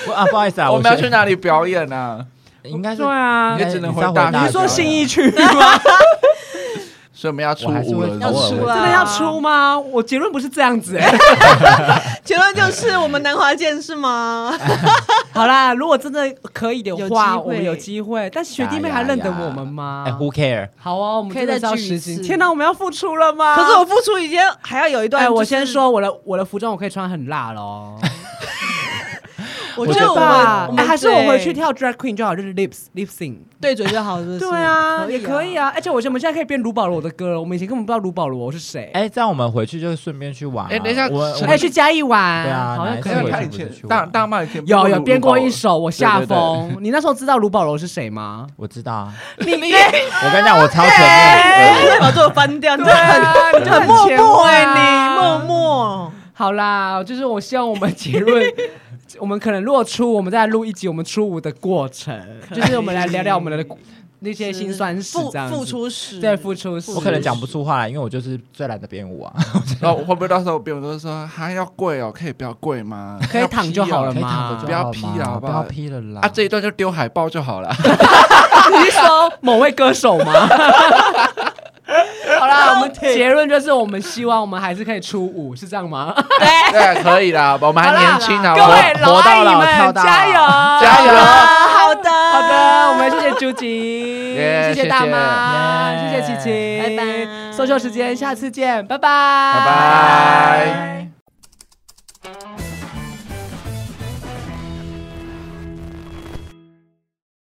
Speaker 3: 我啊，不好意思啊，
Speaker 2: 我们要去
Speaker 3: 是
Speaker 2: 哪里表演呢？
Speaker 3: 应该是
Speaker 1: 对啊
Speaker 2: 你，也
Speaker 3: 哎
Speaker 2: 只能
Speaker 3: 你
Speaker 2: 回
Speaker 3: 是要
Speaker 2: 大
Speaker 3: 回大
Speaker 2: 学
Speaker 1: 你说
Speaker 3: 学
Speaker 1: 信
Speaker 3: 啊
Speaker 1: 义区吗？
Speaker 2: 所以我们要出
Speaker 3: 我还是
Speaker 2: 舞
Speaker 3: 会
Speaker 2: 了，
Speaker 3: 偶尔
Speaker 2: 是
Speaker 3: 会
Speaker 2: 不是
Speaker 4: 啊
Speaker 1: 真的要出吗？我结论不是这样子哎。
Speaker 4: 结论就是我们南华见是吗？
Speaker 1: 好啦，如果真的可以的
Speaker 4: 有机
Speaker 1: 话，
Speaker 4: 会
Speaker 1: 我们有机会。但学弟妹还认得我们吗？
Speaker 3: 哎，Who care？
Speaker 1: 好啊，我们
Speaker 4: 可以
Speaker 1: 真的是
Speaker 4: 再
Speaker 1: 要
Speaker 4: 聚一
Speaker 1: 实行。
Speaker 4: 次
Speaker 1: 天哪，我们要付出了 吗？
Speaker 4: 可是我付出已经还要有一段、
Speaker 1: 啊哎，我先，说我的我的服装我可以穿很辣喽，
Speaker 4: 我
Speaker 1: 对
Speaker 4: 觉得我
Speaker 1: 吧
Speaker 4: 们我们
Speaker 1: 哎还是我回去
Speaker 4: 对
Speaker 1: 跳 drag queen 就好，就是 lips lip sing。
Speaker 4: 对嘴就好，是不是？
Speaker 1: 对啊，
Speaker 4: 以
Speaker 1: 也可以
Speaker 4: 啊。
Speaker 1: 啊，而且我觉得我们现在可以变卢保罗的歌了，我们以前根本不知道卢保罗是谁。
Speaker 3: 哎，这样我们回去就顺便去玩啊。
Speaker 2: 哎等一下
Speaker 3: 我
Speaker 2: 陈
Speaker 1: 哎，去嘉义玩，
Speaker 3: 对啊
Speaker 1: 好像
Speaker 3: 哪一
Speaker 1: 可
Speaker 3: 次
Speaker 2: 因
Speaker 1: 以
Speaker 2: 为
Speaker 3: 我。
Speaker 2: 他以
Speaker 3: 不是去
Speaker 2: 前
Speaker 3: 过
Speaker 2: 大大麦以前
Speaker 1: 有有编过一
Speaker 2: 舞
Speaker 1: 首《我下
Speaker 2: 对对对
Speaker 1: 风》，你那时候知道卢保罗是谁吗？
Speaker 3: 我知道啊，
Speaker 1: 你你
Speaker 3: 我跟你讲，我超前面。
Speaker 4: 哎， 把这个翻掉，你
Speaker 1: 对 啊，你就
Speaker 4: 真的很默
Speaker 1: 前
Speaker 4: 默
Speaker 1: 卫
Speaker 4: 哎，
Speaker 1: 啊
Speaker 4: 你默默。
Speaker 1: 好啦，就是我希望我们结论，我们可能如果出，我们再录一集我们出舞的过程，
Speaker 4: 可以
Speaker 1: 就是我们来聊聊我们的那些辛酸史
Speaker 4: 付
Speaker 1: 这样子
Speaker 4: 付出史，
Speaker 1: 对付出史，
Speaker 3: 我可能讲不出话来，因为我就是最懒得编舞啊。
Speaker 2: 然后会不会到时候别人都说还要跪哦，可以不要跪吗？
Speaker 1: 可以躺就好了
Speaker 3: 可以躺
Speaker 1: 嘛
Speaker 3: 着就
Speaker 2: 不要
Speaker 3: 好
Speaker 2: 劈
Speaker 3: 嘛
Speaker 2: 了好不
Speaker 3: 不
Speaker 2: 好
Speaker 3: 要劈了啦。
Speaker 2: 啊，这一段就丢海报就好了。
Speaker 1: 你是说某位歌手吗？好啦，我们结论就是，我们希望我们还是可以出舞，是这样吗？
Speaker 4: 哎
Speaker 2: 对，可以啦，我们还
Speaker 1: 好啦
Speaker 2: 年轻啊，
Speaker 1: 各位
Speaker 2: 活
Speaker 1: 老
Speaker 2: 活
Speaker 1: 阿
Speaker 2: 到
Speaker 1: 姨
Speaker 2: 老，跳
Speaker 1: 们，
Speaker 2: 到
Speaker 1: 加油，
Speaker 2: 老加油！
Speaker 4: 好的，
Speaker 1: 好
Speaker 4: 好
Speaker 1: 的，我们谢谢朱吉，
Speaker 2: 耶
Speaker 1: 谢
Speaker 2: 谢谢
Speaker 1: 大妈，谢
Speaker 3: 耶
Speaker 1: 谢琪琪，
Speaker 4: 拜拜
Speaker 1: 搜秀时间，下次见，拜拜，拜
Speaker 2: 拜拜。